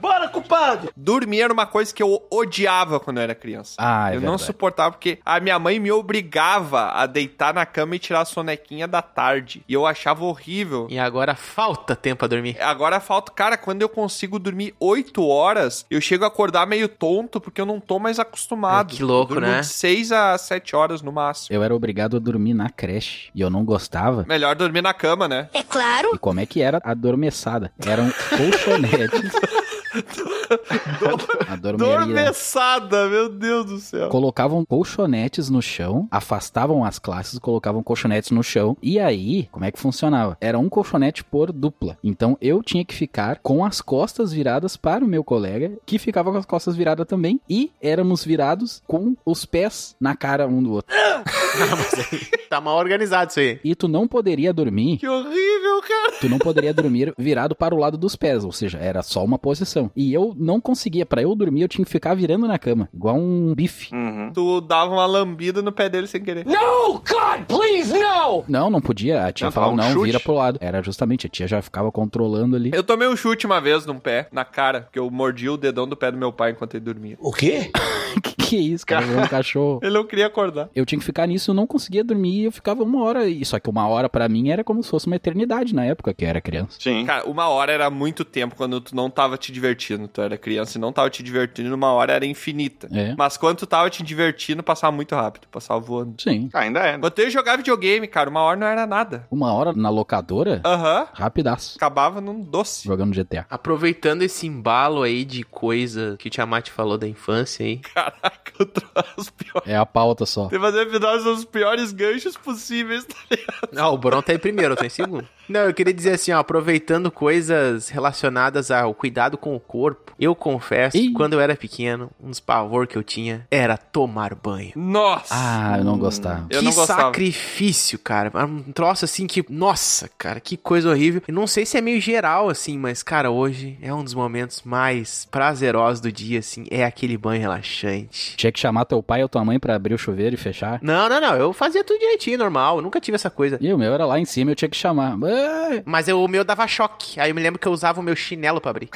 S: Bora, culpado!
A: Dormir era uma coisa que eu odiava quando eu era criança.
F: Ah, é
A: eu
F: verdade.
A: não suportava porque a minha mãe me obrigava a deitar na cama e tirar a sonequinha da tarde. E eu achava horrível.
B: E agora falta tempo pra dormir.
A: Agora falta, cara, quando eu consigo dormir 8 horas, eu chego a acordar meio tonto porque eu não tô mais acostumado.
B: Que louco,
A: eu durmo
B: né?
A: De 6 a 7 horas no máximo.
F: Eu era obrigado a dormir na creche e eu não gostava.
A: Melhor dormir na cama, né?
G: É claro.
F: E como é que era a adormeçada? um Eram colchonetes. a dormeria.
A: Dormeçada, meu Deus do céu.
F: Colocavam colchonetes no chão, afastavam as classes, colocavam colchonetes no chão. E aí, como é que funcionava? Era um colchonete por dupla. Então eu tinha que ficar com as costas viradas para o meu colega, que ficava com as costas viradas também. E éramos virados com os pés na cara um do outro.
B: Tá mal organizado isso aí.
F: E tu não poderia dormir,
A: Que horrível, cara.
F: tu não poderia dormir virado para o lado dos pés, ou seja, era só uma posição. E eu não conseguia, Pra eu dormir eu tinha que ficar virando na cama, igual um bife.
C: Uhum.
A: Tu dava uma lambida no pé dele sem querer.
L: No, God, please, no!
F: Não, não podia. A tia
C: Não,
F: falava,
C: um
F: não,
C: chute.
F: vira pro lado. Era justamente, a tia já ficava controlando ali.
A: Eu tomei um chute uma vez num pé, na cara, porque eu mordi o dedão do pé do meu pai enquanto ele dormia.
S: O quê?
F: que que é isso, cara? É um cachorro.
A: Ele não queria acordar.
F: Eu tinha que ficar nisso, eu não conseguia dormir, eu ficava uma hora. e Só que uma hora pra mim era como se fosse uma eternidade na época que eu era criança.
C: Sim.
A: Cara, uma hora era muito tempo quando tu não tava te divertindo. Tu era criança e não tava te divertindo, uma hora era infinita.
F: É.
A: Mas quando tu tava te divertindo, passava muito rápido, passava voando.
F: Sim.
C: Ah, ainda é. né?
A: Quando eu ia jogar videogame, cara, uma hora não era nada.
F: Uma hora na locadora,
A: Aham.
F: rapidaço.
A: Acabava num doce.
F: Jogando GTA.
B: Aproveitando esse embalo aí de coisa que o Tiamat falou da infância aí.
A: Caraca, eu trouxe pior.
F: É a pauta só.
A: Tem que fazer episódios os piores ganchos possíveis.
B: Não, o Bron tá em primeiro, eu tô em segundo. Não, eu queria dizer assim, ó, aproveitando coisas relacionadas ao cuidado com o corpo, eu confesso, que quando eu era pequeno, um dos pavor que eu tinha era tomar banho.
A: Nossa!
F: Ah, eu não gostava.
B: que sacrifício, cara. É Um troço assim que, nossa, cara, que coisa horrível. Eu não sei se é meio geral assim, mas cara, hoje é um dos momentos mais prazerosos do dia, assim, é aquele banho relaxante.
F: Tinha que chamar teu pai ou tua mãe pra abrir o chuveiro e fechar.
B: Não, não, não, eu fazia tudo direitinho, normal, eu nunca tive essa coisa.
F: E o meu era lá em cima, eu tinha que chamar.
B: Mas eu- o meu dava choque. Aí eu me lembro que eu usava o meu chinelo pra abrir.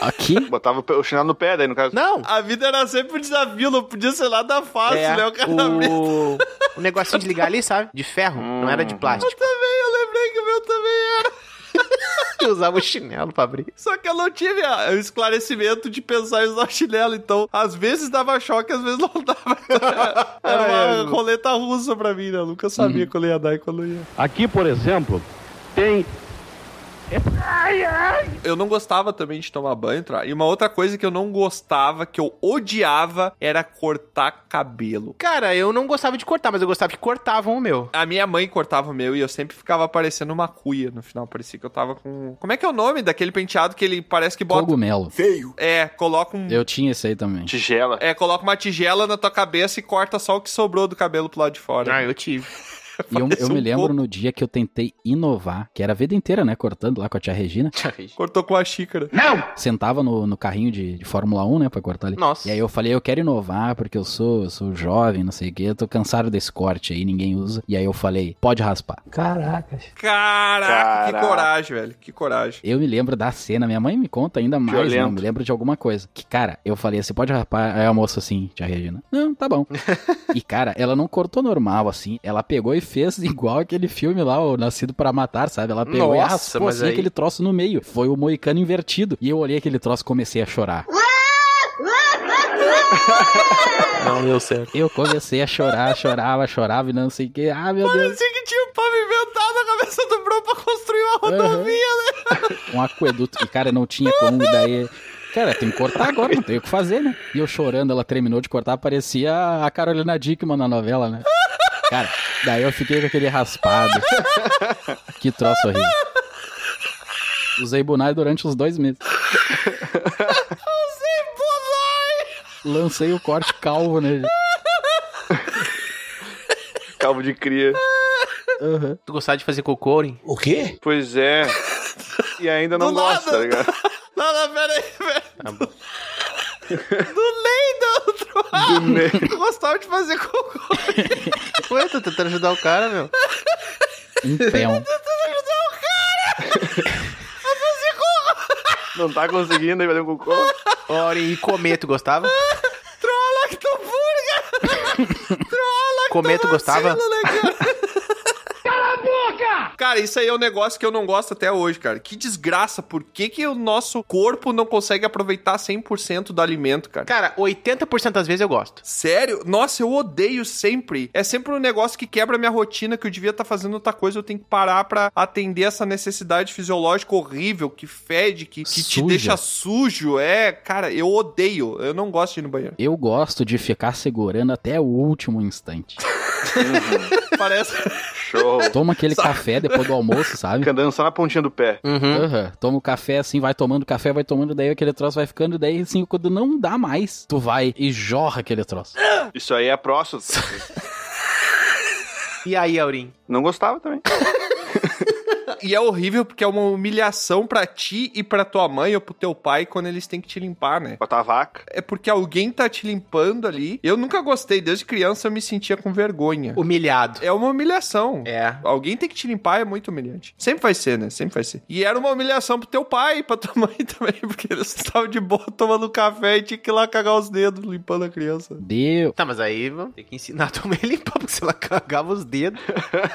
F: Aqui?
C: Botava o pe- o chinelo no pé, daí no caso.
B: Não!
A: A vida era sempre um desafio, não podia ser nada fácil,
B: É,
A: né? O cara
B: o... o negocinho de ligar ali, sabe? De ferro, não era de plástico.
A: também, eu lembrei que o meu também era.
B: Eu usava o chinelo pra abrir.
A: Só que eu não tive a- o esclarecimento de pensar em usar chinelo, então às vezes dava choque, às vezes não dava.
L: É,
A: Era uma roleta russa pra mim, né? Eu nunca sabia quando ia dar e quando ia.
L: Uhum. Aqui, por exemplo, tem
A: Eu não gostava também de tomar banho, Tra. E uma outra coisa que eu não gostava, que eu odiava, era cortar cabelo.
B: Cara, eu não gostava de cortar, mas eu gostava que cortavam o meu.
A: A minha mãe cortava o meu e eu sempre ficava parecendo uma cuia no final. Parecia que eu tava com. Como é que é o nome daquele penteado que ele parece que bota.
F: Cogumelo.
A: Feio. É, coloca um.
F: Eu tinha esse aí também.
C: Tigela.
A: É, coloca uma tigela na tua cabeça e corta só o que sobrou do cabelo pro lado de fora.
B: Ah, eu tive.
F: E eu,
A: Parece
F: eu me
A: um
F: lembro no dia que eu tentei inovar, que era a vida inteira, né? Cortando lá com a tia Regina.
A: Cortou com a xícara. Não!
F: Sentava no, no carrinho de, de Fórmula 1, né? Pra cortar ali.
B: Nossa.
F: E aí eu falei, eu quero inovar porque eu sou, eu sou jovem, não sei o quê. Eu tô cansado desse corte aí, ninguém usa. E aí eu falei, pode raspar.
A: Caracas. Caraca, que
F: Caraca.
A: coragem, velho. Que coragem.
F: Eu me lembro da cena, minha mãe me conta ainda mais, né? Eu
A: Violento.
F: me lembro de alguma coisa. Que, cara, eu falei assim, pode rapar. Aí a moça assim, tia Regina, não, tá bom. e, cara, ela não cortou normal, assim. Ela pegou e fez igual aquele filme lá, o Nascido pra Matar, sabe? Ela pegou e
B: Nossa,
F: raspou
B: mas
F: assim,
B: aí-
F: aquele troço no meio. Foi o moicano invertido. E eu olhei aquele troço e comecei a chorar.
B: Não deu certo.
F: Eu comecei a chorar, chorava, chorava e não sei o que. Ah, meu Deus.
A: Parecia que tinha um pavimentado na cabeça do Bruno pra construir uma rodovia, né?
F: um aqueduto. E, cara, não tinha como, daí. Cara, tem que cortar agora, não tem o que fazer, né? E eu chorando, ela terminou de cortar, parecia a Carolina Dickman na novela, né? Cara, daí eu fiquei com aquele raspado. Que troço horrível. Usei Bunai durante uns dois meses. Lancei o corte calvo nele.
C: Calvo de cria.
B: Tu gostava de fazer cocô, hein?
C: O quê? Pois é. E ainda não gosta, tá ligado?
A: Não, não, pera aí,
B: Tá
A: velho. Do Ney, do Eu gostava de fazer cocô.
B: Ué, tô tentando ajudar o cara, meu.
F: Um peão.
C: Não tá conseguindo, aí vai dar um cocô.
B: Ori, e comer, tu gostava?
A: Trola que tu furga! Trola que
B: Comer, tu gostava?
A: Cala a boca! né, Cara, isso aí é um negócio que eu não gosto até hoje, cara. Que desgraça. Por que, que o nosso corpo não consegue aproveitar 100% do alimento, cara?
B: Cara, 80% das vezes eu gosto.
A: Sério? Nossa, eu odeio sempre. É sempre um negócio que quebra minha rotina, que eu devia estar fazendo outra coisa, eu tenho que parar pra atender essa necessidade fisiológica horrível, que fede, que, que te
F: Suja.
A: deixa sujo. É, cara, eu odeio. Eu não gosto de ir no banheiro.
F: Eu gosto de ficar segurando até o último instante.
A: Parece.
C: Show.
F: Toma aquele café depois do almoço, sabe?
C: Andando só na pontinha do pé.
B: Uhum.
A: Hum?
F: Aham. Toma o café assim, vai tomando café, vai tomando, daí aquele troço vai ficando, daí assim, quando não dá mais, tu vai e jorra aquele troço.
C: Isso aí é próximo.
B: E aí, Aurim?
C: Não gostava também.
A: E é horrível porque é uma humilhação pra ti e pra tua mãe ou pro teu pai quando eles têm que te limpar, né?
C: Botar a vaca.
A: É porque alguém tá te limpando ali. Eu nunca gostei, desde criança eu me sentia com vergonha.
B: Humilhado.
A: É uma humilhação.
B: É.
A: Alguém tem que te limpar, é muito humilhante. Sempre vai ser, né? Sempre vai ser. E era uma humilhação pro teu pai e pra tua mãe também, porque eles estavam de boa tomando café e tinha que ir lá cagar os dedos limpando a criança.
F: Deu.
B: Tá, mas aí vamos ter que ensinar a tua mãe a limpar, porque se ela cagava os dedos.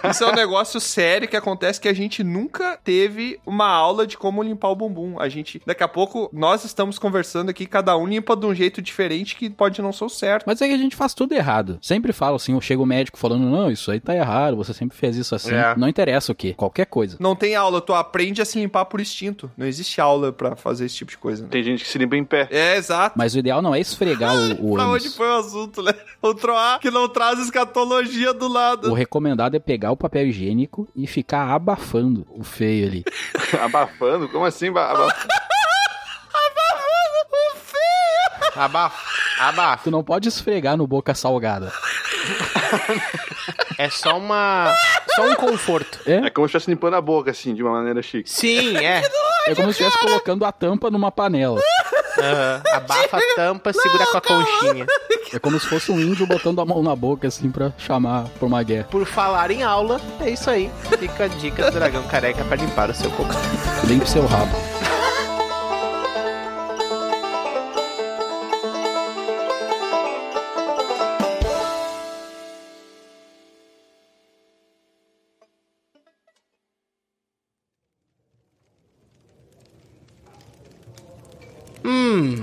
A: Isso é um negócio sério que acontece que a gente nunca teve uma aula de como limpar o bumbum. A gente, daqui a pouco, nós estamos conversando aqui, cada um limpa de um jeito diferente que pode não ser o certo.
F: Mas é que a gente faz tudo errado. Sempre falo assim, chega o médico falando, não, isso aí tá errado, você sempre fez isso assim.
A: É.
F: Não interessa o que, qualquer coisa.
A: Não tem aula, tu aprende a se limpar por instinto. Não existe aula pra fazer esse tipo de coisa. Né?
C: Tem gente que se limpa em pé.
A: É, exato.
F: Mas o ideal não é esfregar o, o
A: Pra
F: ânus.
A: onde foi o assunto, né? O Troá que não traz escatologia do lado.
F: O recomendado é pegar o papel higiênico e ficar abafando o feio ali.
C: Abafando? Como assim? ba- Abafando?
B: Abafa, abafa.
F: Tu não pode esfregar no boca salgada.
B: É só uma. Só um conforto.
C: É? como se estivesse limpando a boca, assim, de uma maneira chique.
B: Sim, é.
F: É como se estivesse colocando a tampa numa panela.
B: Aham. Abafa a tampa, segura com a conchinha.
F: É como se fosse um índio botando a mão na boca, assim, pra chamar por uma guerra.
B: Por falar em aula, é isso aí. Fica a dica do dragão careca pra limpar o seu cocô.
F: Limpe seu rabo.
B: Hum.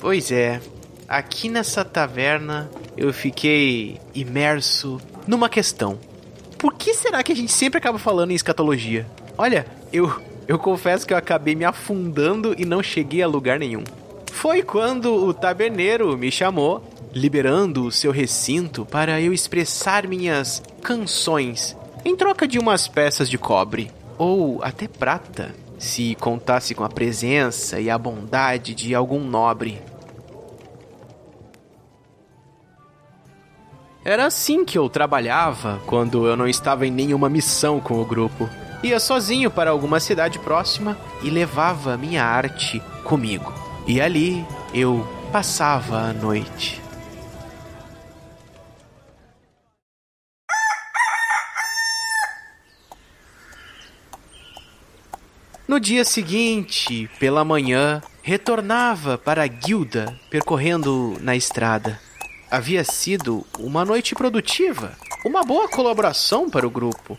B: Pois é. Aqui nessa taverna eu fiquei imerso numa questão. Por que será que a gente sempre acaba falando em escatologia? Olha, eu eu confesso que eu acabei me afundando e não cheguei a lugar nenhum. Foi quando o taberneiro me chamou, liberando o seu recinto para eu expressar minhas canções em troca de umas peças de cobre ou até prata, se contasse com a presença e a bondade de algum nobre. Era assim que eu trabalhava quando eu não estava em nenhuma missão com o grupo. Ia sozinho para alguma cidade próxima e levava minha arte comigo. E ali eu passava a noite. No dia seguinte, pela manhã, retornava para a guilda percorrendo na estrada. Havia sido uma noite produtiva, uma boa colaboração para o grupo.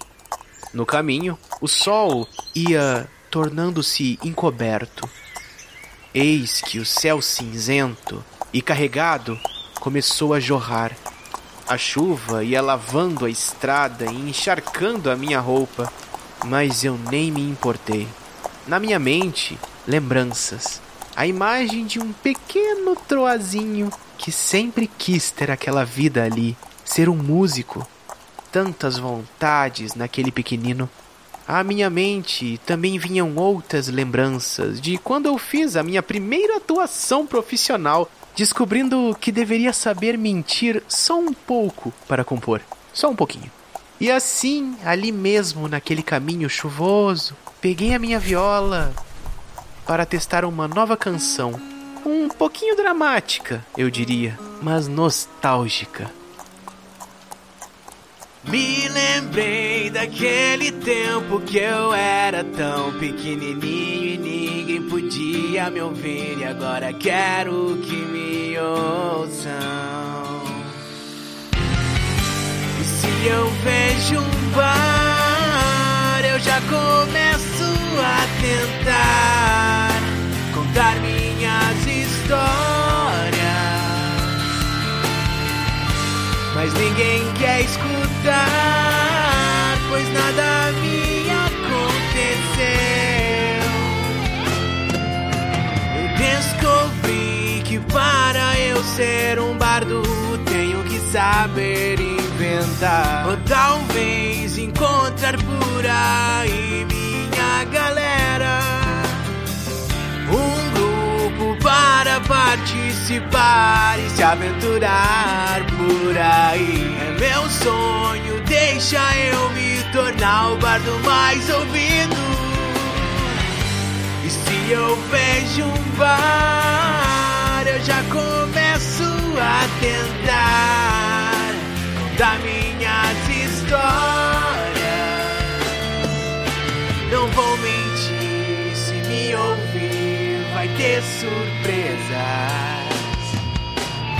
B: No caminho, o sol ia tornando-se encoberto. Eis que o céu cinzento e carregado começou a jorrar. A chuva ia lavando a estrada e encharcando a minha roupa, mas eu nem me importei. Na minha mente, lembranças. A imagem de um pequeno troazinho que sempre quis ter aquela vida ali, ser um músico. Tantas vontades naquele pequenino. À minha mente também vinham outras lembranças de quando eu fiz a minha primeira atuação profissional, descobrindo que deveria saber mentir só um pouco para compor. Só um pouquinho. E assim, ali mesmo naquele caminho chuvoso, peguei a minha viola para testar uma nova canção. Um pouquinho dramática, eu diria, mas nostálgica.
Q: Me lembrei daquele tempo que eu era tão pequenininho e ninguém podia me ouvir e agora quero que me ouçam. E se eu vejo um bar, eu já começo a tentar contar minhas histórias mas ninguém quer escutar, pois nada me aconteceu. Eu descobri que para eu ser um bardo tenho que saber inventar, ou talvez encontrar por aí minha galera um grupo para participar e se aventurar por aí. É meu sonho, deixa eu me tornar o bardo mais ouvido. E se eu vejo um bar, eu já começo a tentar contar minhas histórias. Não vou mentir, se me ouvir, vai ter surpresas.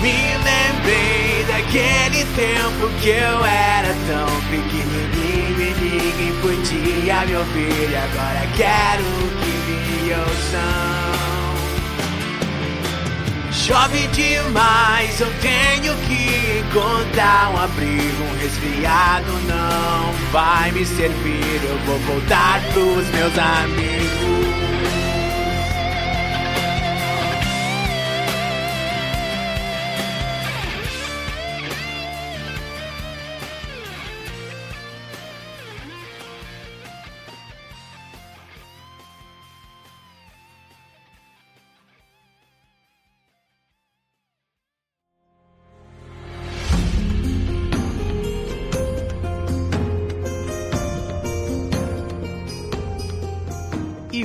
Q: Me lembrei daquele tempo que eu era tão pequenininho e ninguém podia
B: dia, meu filho, agora quero que me ouçam. Chove demais, eu tenho que encontrar um abrigo, um resfriado não vai me servir, eu vou voltar pros meus amigos. E